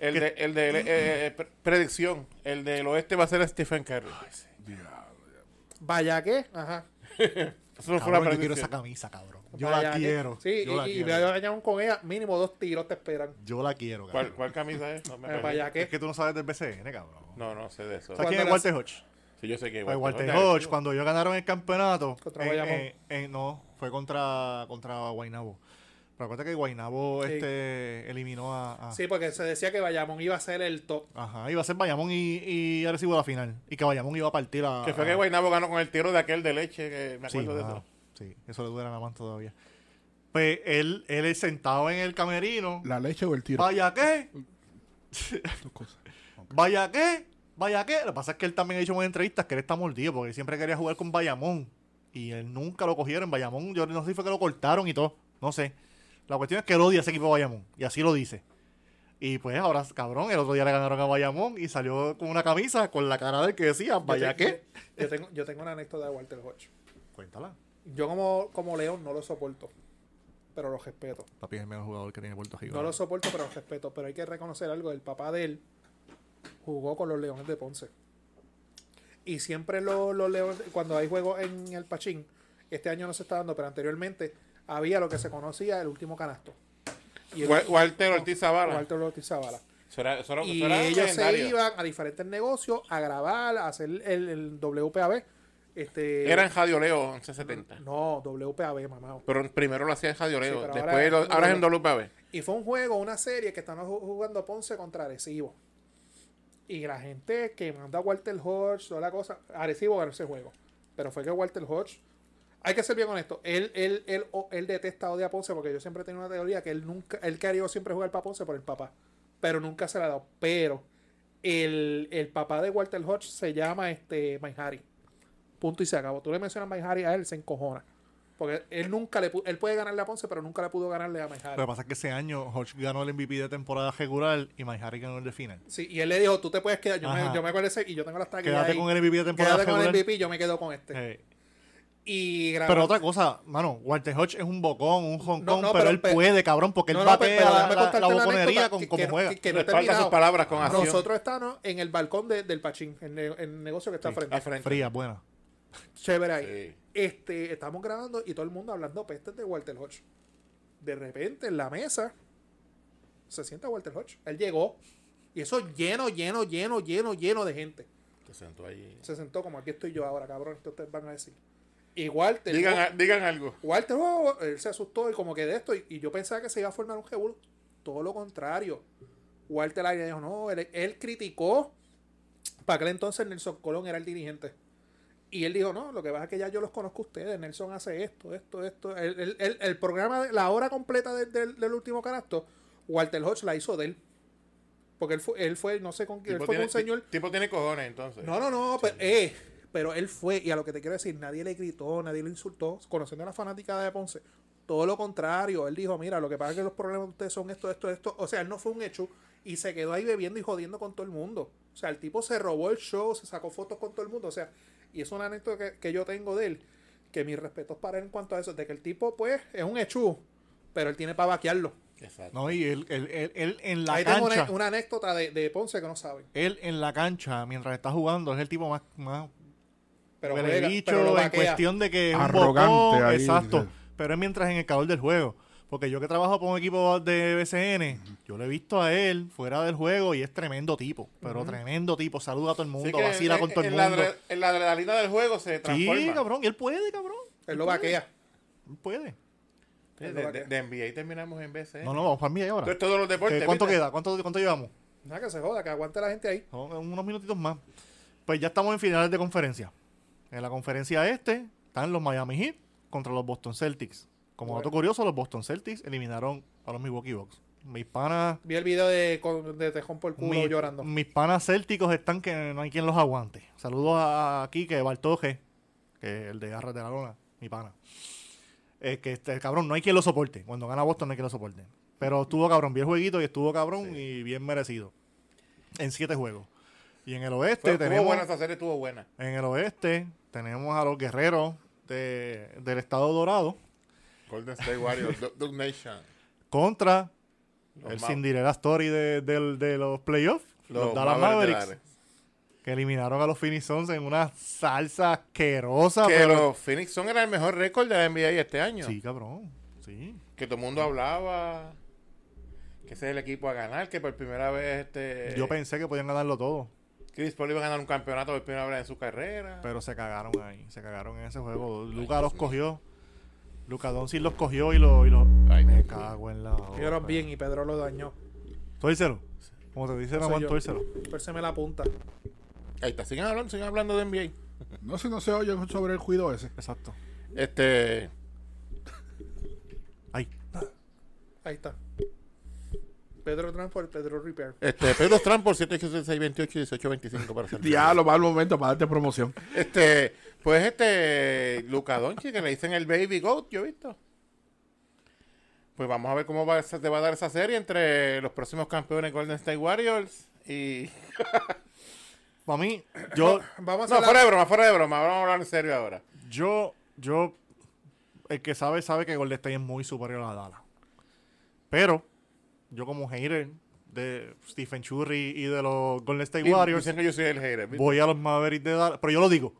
El de, el de- eh, eh, pre- predicción. El del oeste va a ser Stephen Curry.
Vaya que, ajá.
Eso no fue
Cabrón,
una
yo quiero esa
predicción.
camisa, cabrón. Yo
Vaya
la
que.
quiero.
Sí,
yo
y,
la
y me
quiero.
vayan con ella, mínimo dos tiros te esperan.
Yo la quiero, cabrón.
¿Cuál, cuál camisa es?
[LAUGHS]
No, me
Eh,
perdí.
vaya que.
Es que tú no sabes del BCN, cabrón.
no, no sé de eso.
¿Sabes quién es
Cuando
Walter Hodge?
Sí, yo sé que
Pues Walter
Hodge.
Hodge, cuando ellos ganaron el campeonato,
Contra
en-
Bayamón.
en- en- no, fue contra, contra Guaynabo. Pero acuérdate que Guaynabo
Sí.
este, eliminó a, a-
Sí, porque se decía que Bayamón iba a ser el top.
Ajá, iba a ser Bayamón y, y Arecibo la final. Y que Bayamón iba a partir a...
Que fue que
a-
Guaynabo ganó con el tiro de aquel de leche. Que me
Sí,
acuerdo de
ajá,
eso.
sí, eso le duele nada más todavía. Pues él, él es sentado en el camerino.
La leche o el tiro.
¿Vaya qué?
Dos cosas.
¿Vaya qué? ¿Vaya qué? Lo que pasa es que él también ha hecho unas entrevistas que él está mordido porque él siempre quería jugar con Bayamón. Y él nunca lo cogieron. Bayamón, yo no sé si fue que lo cortaron y todo. No sé. La cuestión es que él odia ese equipo de Bayamón. Y así lo dice. Y pues ahora, cabrón, el otro día le ganaron a Bayamón y salió con una camisa con la cara del que decía,
Yo
¿vaya
te-
qué?
Yo, yo tengo, yo tengo una anécdota de Walter Hodge.
Cuéntala.
Yo como, como León no lo soporto, pero lo respeto.
Papi es el mejor jugador que tiene Puerto Rico.
No lo soporto, pero lo respeto. Pero hay que reconocer algo. El papá de él jugó con los Leones de Ponce. Y siempre lo- los Leones, cuando hay juegos en el Pachín, este año no se está dando, pero anteriormente había lo que se conocía el último canasto. Y el-
Wa- Walter Ortiz Zavala.
Walter Ortiz Zavala.
Eso era, eso era-
Y
pues eso era
ellos se
legendario.
iban a diferentes negocios a grabar, a hacer el, el WPAB. Este,
Era en Radio Leo 1170.
No, WPAB, mamado.
Pero primero lo hacía en Radio Leo.
Sí, pero
después lo-
ahora-
ahora, es en WPAB.
Y fue un juego, una serie que están ju- jugando Ponce contra Arecibo. Y la gente que manda a Walter Hodge, toda la cosa, Arecibo ganó ese juego. Pero fue que Walter Hodge, hay que ser bien honesto, él, él, él, o- él detesta, odia a Ponce, porque yo siempre he tenido una teoría que él nunca, él quería siempre jugar para Ponce por el papá, pero nunca se la ha dado. Pero el, el papá de Walter Hodge se llama este Maihari. Punto y se acabó. Tú le mencionas Maihari a él, se encojona. Porque él nunca le pudo, él puede ganarle a Ponce, pero nunca le pudo ganarle a Maihari.
Lo que pasa es que ese año Hodge ganó el MVP de temporada regular y Harry ganó el de final.
Sí, y él le dijo, tú te puedes quedar. Yo,
Ajá.
me, yo me acuerdo ese y yo tengo las taquillas.
Quédate
ahí.
con el MVP de temporada
Quédate con el
regular.
MVP, yo me quedo con este.
Eh,
Y grabó-
pero otra cosa, mano, Walter Hodge es un bocón, un Hong Kong,
No, no,
pero,
pero-
él
pero-
puede, cabrón, porque
No,
él
no, pues,
batea
pero
la,
déjame
la-
contarte
la
la
boconería
anécdota
con
que-
cómo
que-
juega.
que- que no he
Respalda sus
terminado.
palabras con acción.
Nosotros estamos en el balcón de- del Pachín, en el, en el negocio que está
Sí,
frente.
Al frente.
Fría, buena.
Chévere ahí.
Sí.
Este, estamos grabando y todo el mundo hablando pestes de Walter Hodge. De repente en la mesa se sienta Walter Hodge. Él llegó y eso lleno, lleno, lleno, lleno, lleno de gente.
Te sentó ahí.
Se sentó como aquí estoy yo ahora, cabrón. Esto ustedes van a decir. Y Walter.
Digan,
¿no?
a- digan algo.
Walter, oh, él se asustó y como que de esto. Y, y yo pensaba que se iba a formar un jebul. Todo lo contrario. Walter Arias dijo, no, él, él criticó. Para aquel entonces Nelson Colón era el dirigente. Y él dijo, no, lo que pasa es que ya yo los conozco a ustedes. Nelson hace esto, esto, esto. El, el- el- el programa, de- la hora completa del- del- del último canasto, Walter Hodge la hizo de él. Porque él fue, él fue no sé con quién, él
Tipo
fue con
tiene,
un señor
ti- tipo tiene cojones, entonces.
no, no, no, pero, eh, pero él fue, y a lo que te quiero decir, nadie le gritó, nadie le insultó, conociendo a la fanática de Ponce. Todo lo contrario, él dijo, mira, lo que pasa es que los problemas de ustedes son esto, esto, esto. O sea, él no fue un hecho y se quedó ahí bebiendo y jodiendo con todo el mundo. O sea, el tipo se robó el show, se sacó fotos con todo el mundo. O sea, y es una anécdota que, que yo tengo de él, que mis respetos para él en cuanto a eso, de que el tipo, pues, es un hecho, pero él tiene para vaquearlo.
Exacto.
No, y él, él- él- él en la
ahí tengo
cancha.
una, una anécdota de, de Ponce que no saben.
Él en la cancha, mientras está jugando, es el tipo más, más
Pero,
huele
juega,
bicho,
pero lo
en
vaquea.
cuestión de que es un
Arrogante
bocón,
ahí,
exacto.
sí.
Pero es mientras en el calor del juego. Porque yo que trabajo con un equipo de BCN, yo lo he visto a él fuera del juego y es tremendo tipo. Pero tremendo tipo. Saluda a todo el
Así
mundo,
que
vacila con
en-
todo el
en la
mundo.
adre- en la adrenalina del juego se transforma.
Sí, cabrón. Y él puede, cabrón.
Él lo vaquea.
Él puede.
De, de- de NBA y terminamos en BC.
No, no, vamos para mí ahora.
Entonces, todos los deportes.
Eh, ¿Cuánto
¿viste?
queda? ¿Cuánto, ¿Cuánto llevamos?
Nada que se joda, que aguante la gente ahí.
Son unos minutitos más. Pues ya estamos en finales de conferencia. En la conferencia este están los Miami Heat contra los Boston Celtics. Como dato curioso, los Boston Celtics eliminaron a los Milwaukee Bucks. Mis panas,
Vi el video de, con- de Tejón por culo
mis,
llorando.
mis panas célticos están que no hay quien los aguante. Saludos a Kike Bartoje, que es el de Garras de la Lona, mi pana. Eh, que este cabrón, no hay quien lo soporte. Cuando gana Boston no hay quien lo soporte. Pero estuvo cabrón, bien jueguito y estuvo cabrón y bien merecido. En siete juegos. Y en el oeste
Fue- Estuvo
tenemos.
buena, esa serie estuvo buena.
En el oeste tenemos a los guerreros de- del Estado Dorado
Golden State Warriors, Dog Dog Nation.
contra
Los
el
Ma-
Cinderella Story de, del- de los playoffs, los, Dallas
Mavericks
Mavericks,
de Dallas.
que eliminaron a los Phoenix Suns en una salsa asquerosa.
Que
Ah, pero-
los Phoenix Suns era el mejor récord de la NBA este año.
Sí, cabrón. Sí.
Que todo el mundo hablaba que ese es el equipo a ganar, que por primera vez este
Yo pensé que podían ganarlo todo,
Chris Paul iba a ganar un campeonato por primera vez en su carrera.
pero se cagaron ahí. Se cagaron en ese juego. Luca los cogió. Luca Doncic los cogió y los... Y los-
Ay,
me
Dios
cago en la...
Yo era bien y Pedro lo dañó.
Tuércelo. Como te dice
Soy
Ramón,
yo.
tuércelo.
Pero se me la punta.
Ahí está, sigan hablando, sigan hablando de NBA.
No sé, no se oye sobre el juido ese.
Exacto.
Este,
Ay.
Ahí está. Pedro Transport, Pedro Repair.
este, Pedro Strand por 786 28 18 25 para ser.
Diablo, mal momento para darte promoción.
Este, pues este, Luca Doncic, que le dicen el Baby Goat, yo he visto. Pues vamos a ver cómo va, se te va a dar esa serie entre los próximos campeones Golden State Warriors y...
Para mí, yo,
Vamos a
No,
hacer
fuera
la-
de broma, fuera de broma, vamos a hablar en serio ahora.
yo, yo, el que sabe, sabe que Golden State es muy superior a Dallas. Pero, yo como hater de Stephen Curry y de los Golden State
Y
Warriors,
Dicen que yo soy el hater. ¿viste?
voy a los Mavericks de Dallas. Pero yo lo digo,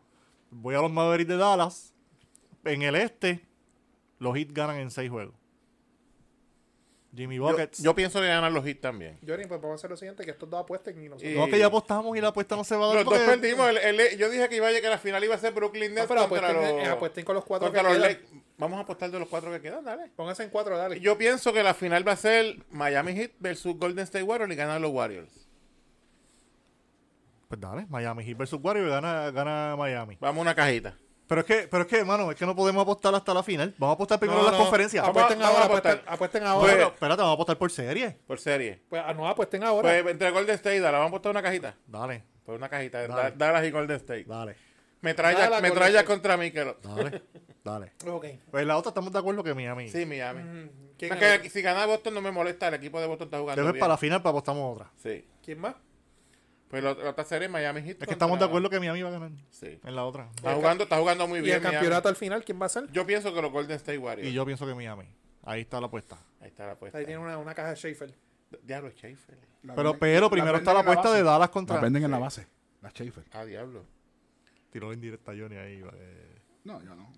voy a los Mavericks de Dallas. En el este, los Heat ganan en seis juegos. Jimmy
Yo,
Buckets.
yo pienso que ganan los hits también.
Johnny, pues vamos a hacer lo siguiente, que estos dos apuestas y nosotros.
Y-
no, que ya apostamos y la apuesta no se va a dar.
Los dos
porque-
perdimos. el- el- yo dije que iba a llegar a la final iba a ser Brooklyn
No,
Nets
pero
contra
apuesten, eh,
los,
apuesten con los cuatro que
contra los
quedan.
Lakers. Vamos a apostar de los cuatro que quedan, dale.
Pónganse en cuatro, dale.
Yo pienso que la final va a ser Miami Heat versus Golden State Warriors y ganan los Warriors.
Pues dale, Miami Heat versus Warriors gana, gana Miami.
Vamos a una cajita.
Pero es que, pero es que, hermano, es que no podemos apostar hasta la final. Vamos a apostar primero
No,
en las
no,
conferencias.
vamos a-
Apuesten
vamos a
ahora,
apostar.
apuesten, apuesten ahora. Pues,
Bueno, pero espérate, vamos a apostar por serie.
Por serie.
ah, no, apuesten ahora.
Pues entre Golden State y Dallas, vamos a apostar una cajita.
Dale,
Por una cajita. de
Dale.
Da- Dallas y Golden State.
dale,
Metralla,
Dallas, Golden
metralla
State.
contra Mikel.
[LAUGHS]
dale, dale.
ok.
Pues la otra estamos de acuerdo que Miami.
Sí, Miami.
Mm, ¿Quién,
Es que
es?
aquí- si gana Boston no me molesta, el equipo de Boston está jugando
Entonces
bien.
para la final pues, apostamos otra.
Sí.
¿Quién más?
Pues la, la otra serie es Miami Heat.
Pues,
Es que estamos de
contra-
acuerdo que Miami va a ganar.
Sí.
En la otra.
Está jugando, está jugando muy
¿Y
bien.
el
Miami.
campeonato al final? ¿Quién va a ser?
Yo pienso que los Golden State Warriors.
Y yo pienso que Miami. Ahí está la apuesta.
Ahí está la apuesta.
Ahí tiene una, una caja de Schaefer.
Diablo, Schaefer.
La
Pero,
venden-
pero
la
primero
venden
está
en
la apuesta
base.
de Dallas
La
contra.
venden en la base. La Schaefer.
Ah, diablo.
Tiró la indirecta Johnny ahí. eh.
No, yo no.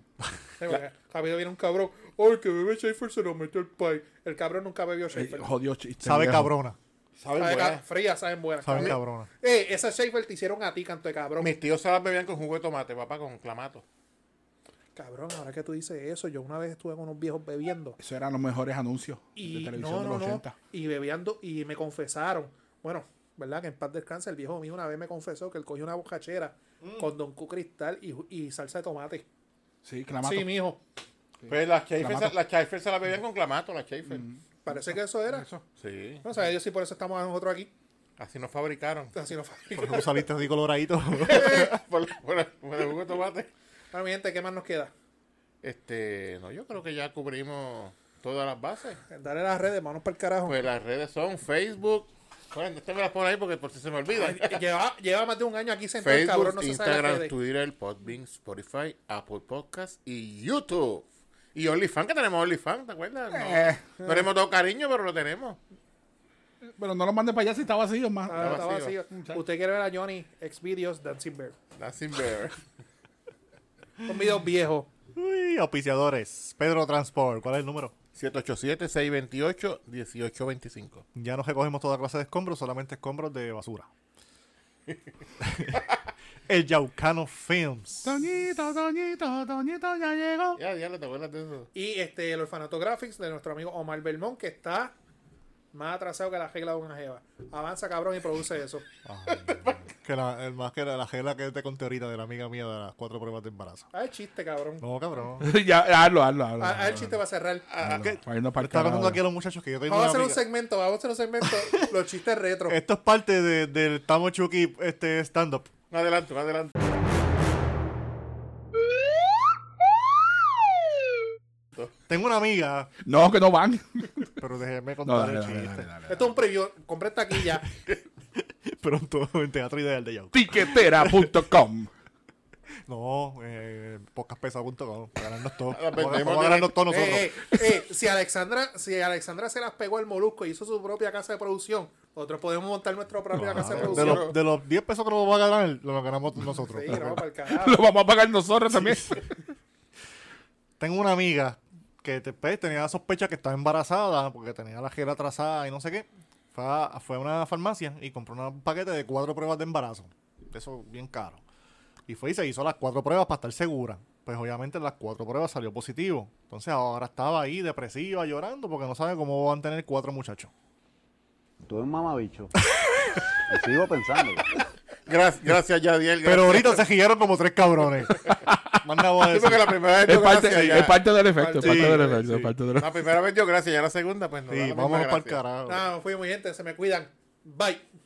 Sí, porque Rápido viene un cabrón. ¡Ay, que bebe Schaefer se lo metió el pay! El cabrón nunca bebió Schaefer.
Eh, jodió chiste.
Sabe
viejo.
cabrona.
Saben
Sabe
buena.
ca- frías, saben buenas.
Sabe
cabrón.
cabrona.
Eh, esa Schaefer te hicieron a ti, canto de cabrón.
Mis tíos se las bebían con jugo de tomate, papá, con clamato.
Cabrón, ahora que tú dices eso, yo una vez estuve con unos viejos bebiendo.
Esos eran los mejores anuncios
Y,
de televisión
no,
de
no,
los
no,
80.
y bebiendo, y me confesaron. Bueno, ¿verdad? Que en paz descanse, el viejo mío una vez me confesó que él cogió una bocachera con Don Q Cristal y, y salsa de tomate.
Sí, clamato.
Sí, mijo.
Pero Pues las Schaefer,
Clamato.
se- las Schaefer se la bebían con clamato, las Schaefer.
Mm.
Parece que eso era.
Sí.
No sé, yo sí por eso estamos nosotros aquí.
Así nos
[LAUGHS]
fabricaron.
Así nos [LAUGHS]
Porque tú saliste
[LAUGHS]
así coloradito.
por, por- por el jugo de tomate.
Ahora, mi gente, ¿qué más nos queda?
Este, no, yo creo que ya cubrimos todas las bases.
Dale las redes, manos para el carajo.
Pues las redes son Facebook. Bueno, este me las pone ahí porque por si se me olvida.
[LAUGHS] lleva, lleva más de un año aquí sentado el cabrón,
Facebook,
no se sabe las
Instagram,
redes.
Twitter, Podbean, Spotify, Apple Podcast y YouTube. Y OnlyFans, que tenemos OnlyFans, ¿te acuerdas? No,
Eh.
no le hemos dado cariño, pero lo tenemos.
Pero no lo mandes para allá si está vacío, más.
Ah, está
vacío.
vacío. Usted quiere ver a Johnny, ex videos, Dancing Bear.
Nothing [LAUGHS] better.
Son videos viejos.
Uy, auspiciadores. Pedro Transport, ¿cuál es el número?
787-628-1825.
Ya no recogemos toda clase de escombros, solamente escombros de
[LAUGHS]
basura. el Yaucano Films.
Toñito, Toñito, Toñito ya llegó.
Ya, ya, ¿te acuerdas de eso?
Y este, el Orfanato Graphics de nuestro amigo Omar Belmont, que está más atrasado que la regla de una jeva. Avanza, cabrón, y produce eso.
Que la, el más que la, la gela que te conté ahorita de la amiga mía de las cuatro pruebas de embarazo.
Ah, el chiste, cabrón.
No, cabrón.
[LAUGHS] ya, hazlo, hazlo, hazlo.
Ah, ah, el chiste va a cerrar.
Ah, que-
Para irnos para el
Estaba contando
carajo.
aquí a los muchachos que yo tengo
Vamos a hacer
una
un
amiga- Eh,
segmento, vamos a hacer un
[LAUGHS]
segmento. los chistes retro.
Esto es parte de- del Tamo Chucky este, stand-up.
Un adelanto, un adelanto.
Tengo una amiga,
No, que no van. [LAUGHS]
pero déjeme
No,
contar
dale,
el
dale,
chiste.
dale, dale, dale.
Esto es un preview. Compré esta aquí ya.
Pronto [LAUGHS] en Teatro Ideal de Yauco.
Tiquetera.com.
No, eh, podcastpesa.com. Para ganarnos todos.
La
Vamos a-
vendemos
vamos a ganarnos todos nosotros.
Eh, eh, eh, si Alexandra, si Alexandra se las pegó al molusco y hizo su propia casa de producción, nosotros podemos montar nuestra propia casa de
de,
producción.
los, de los 10 pesos que nos va a ganar, lo ganamos nosotros.
Sí, no, para el
[LAUGHS]
carajo.
Lo vamos a pagar nosotros también.
Tengo una amiga que te- pues, tenía la sospecha que estaba embarazada porque tenía la gela atrasada y no sé qué. Fue a, fue a una farmacia y compró una- un paquete de cuatro pruebas de embarazo. Eso bien caro. Y fue y se hizo las cuatro pruebas para estar segura. Pues obviamente las cuatro pruebas salió positivo. Entonces ahora estaba ahí depresiva, llorando porque no sabe cómo van a tener cuatro muchachos.
Tú eres un mamabicho. Y sigo pensándolo.
Gracias, gracias, Yadiel.
Pero
gracias.
ahorita se gillaron como tres
[LAUGHS]
cabrones. Más nada voy a
Sí,
decir.
porque la primera vez
Es
dio
parte,
gracias, ya.
es parte del efecto. Es
Sí,
parte del
sí.
efecto. es parte del
[LAUGHS]
efecto.
La primera vez dio gracias, ya la segunda, pues no. da
Sí,
la misma
vámonos para el
gracia.
carajo.
Nada, nos fuimos, gente. Se me cuidan. Bye.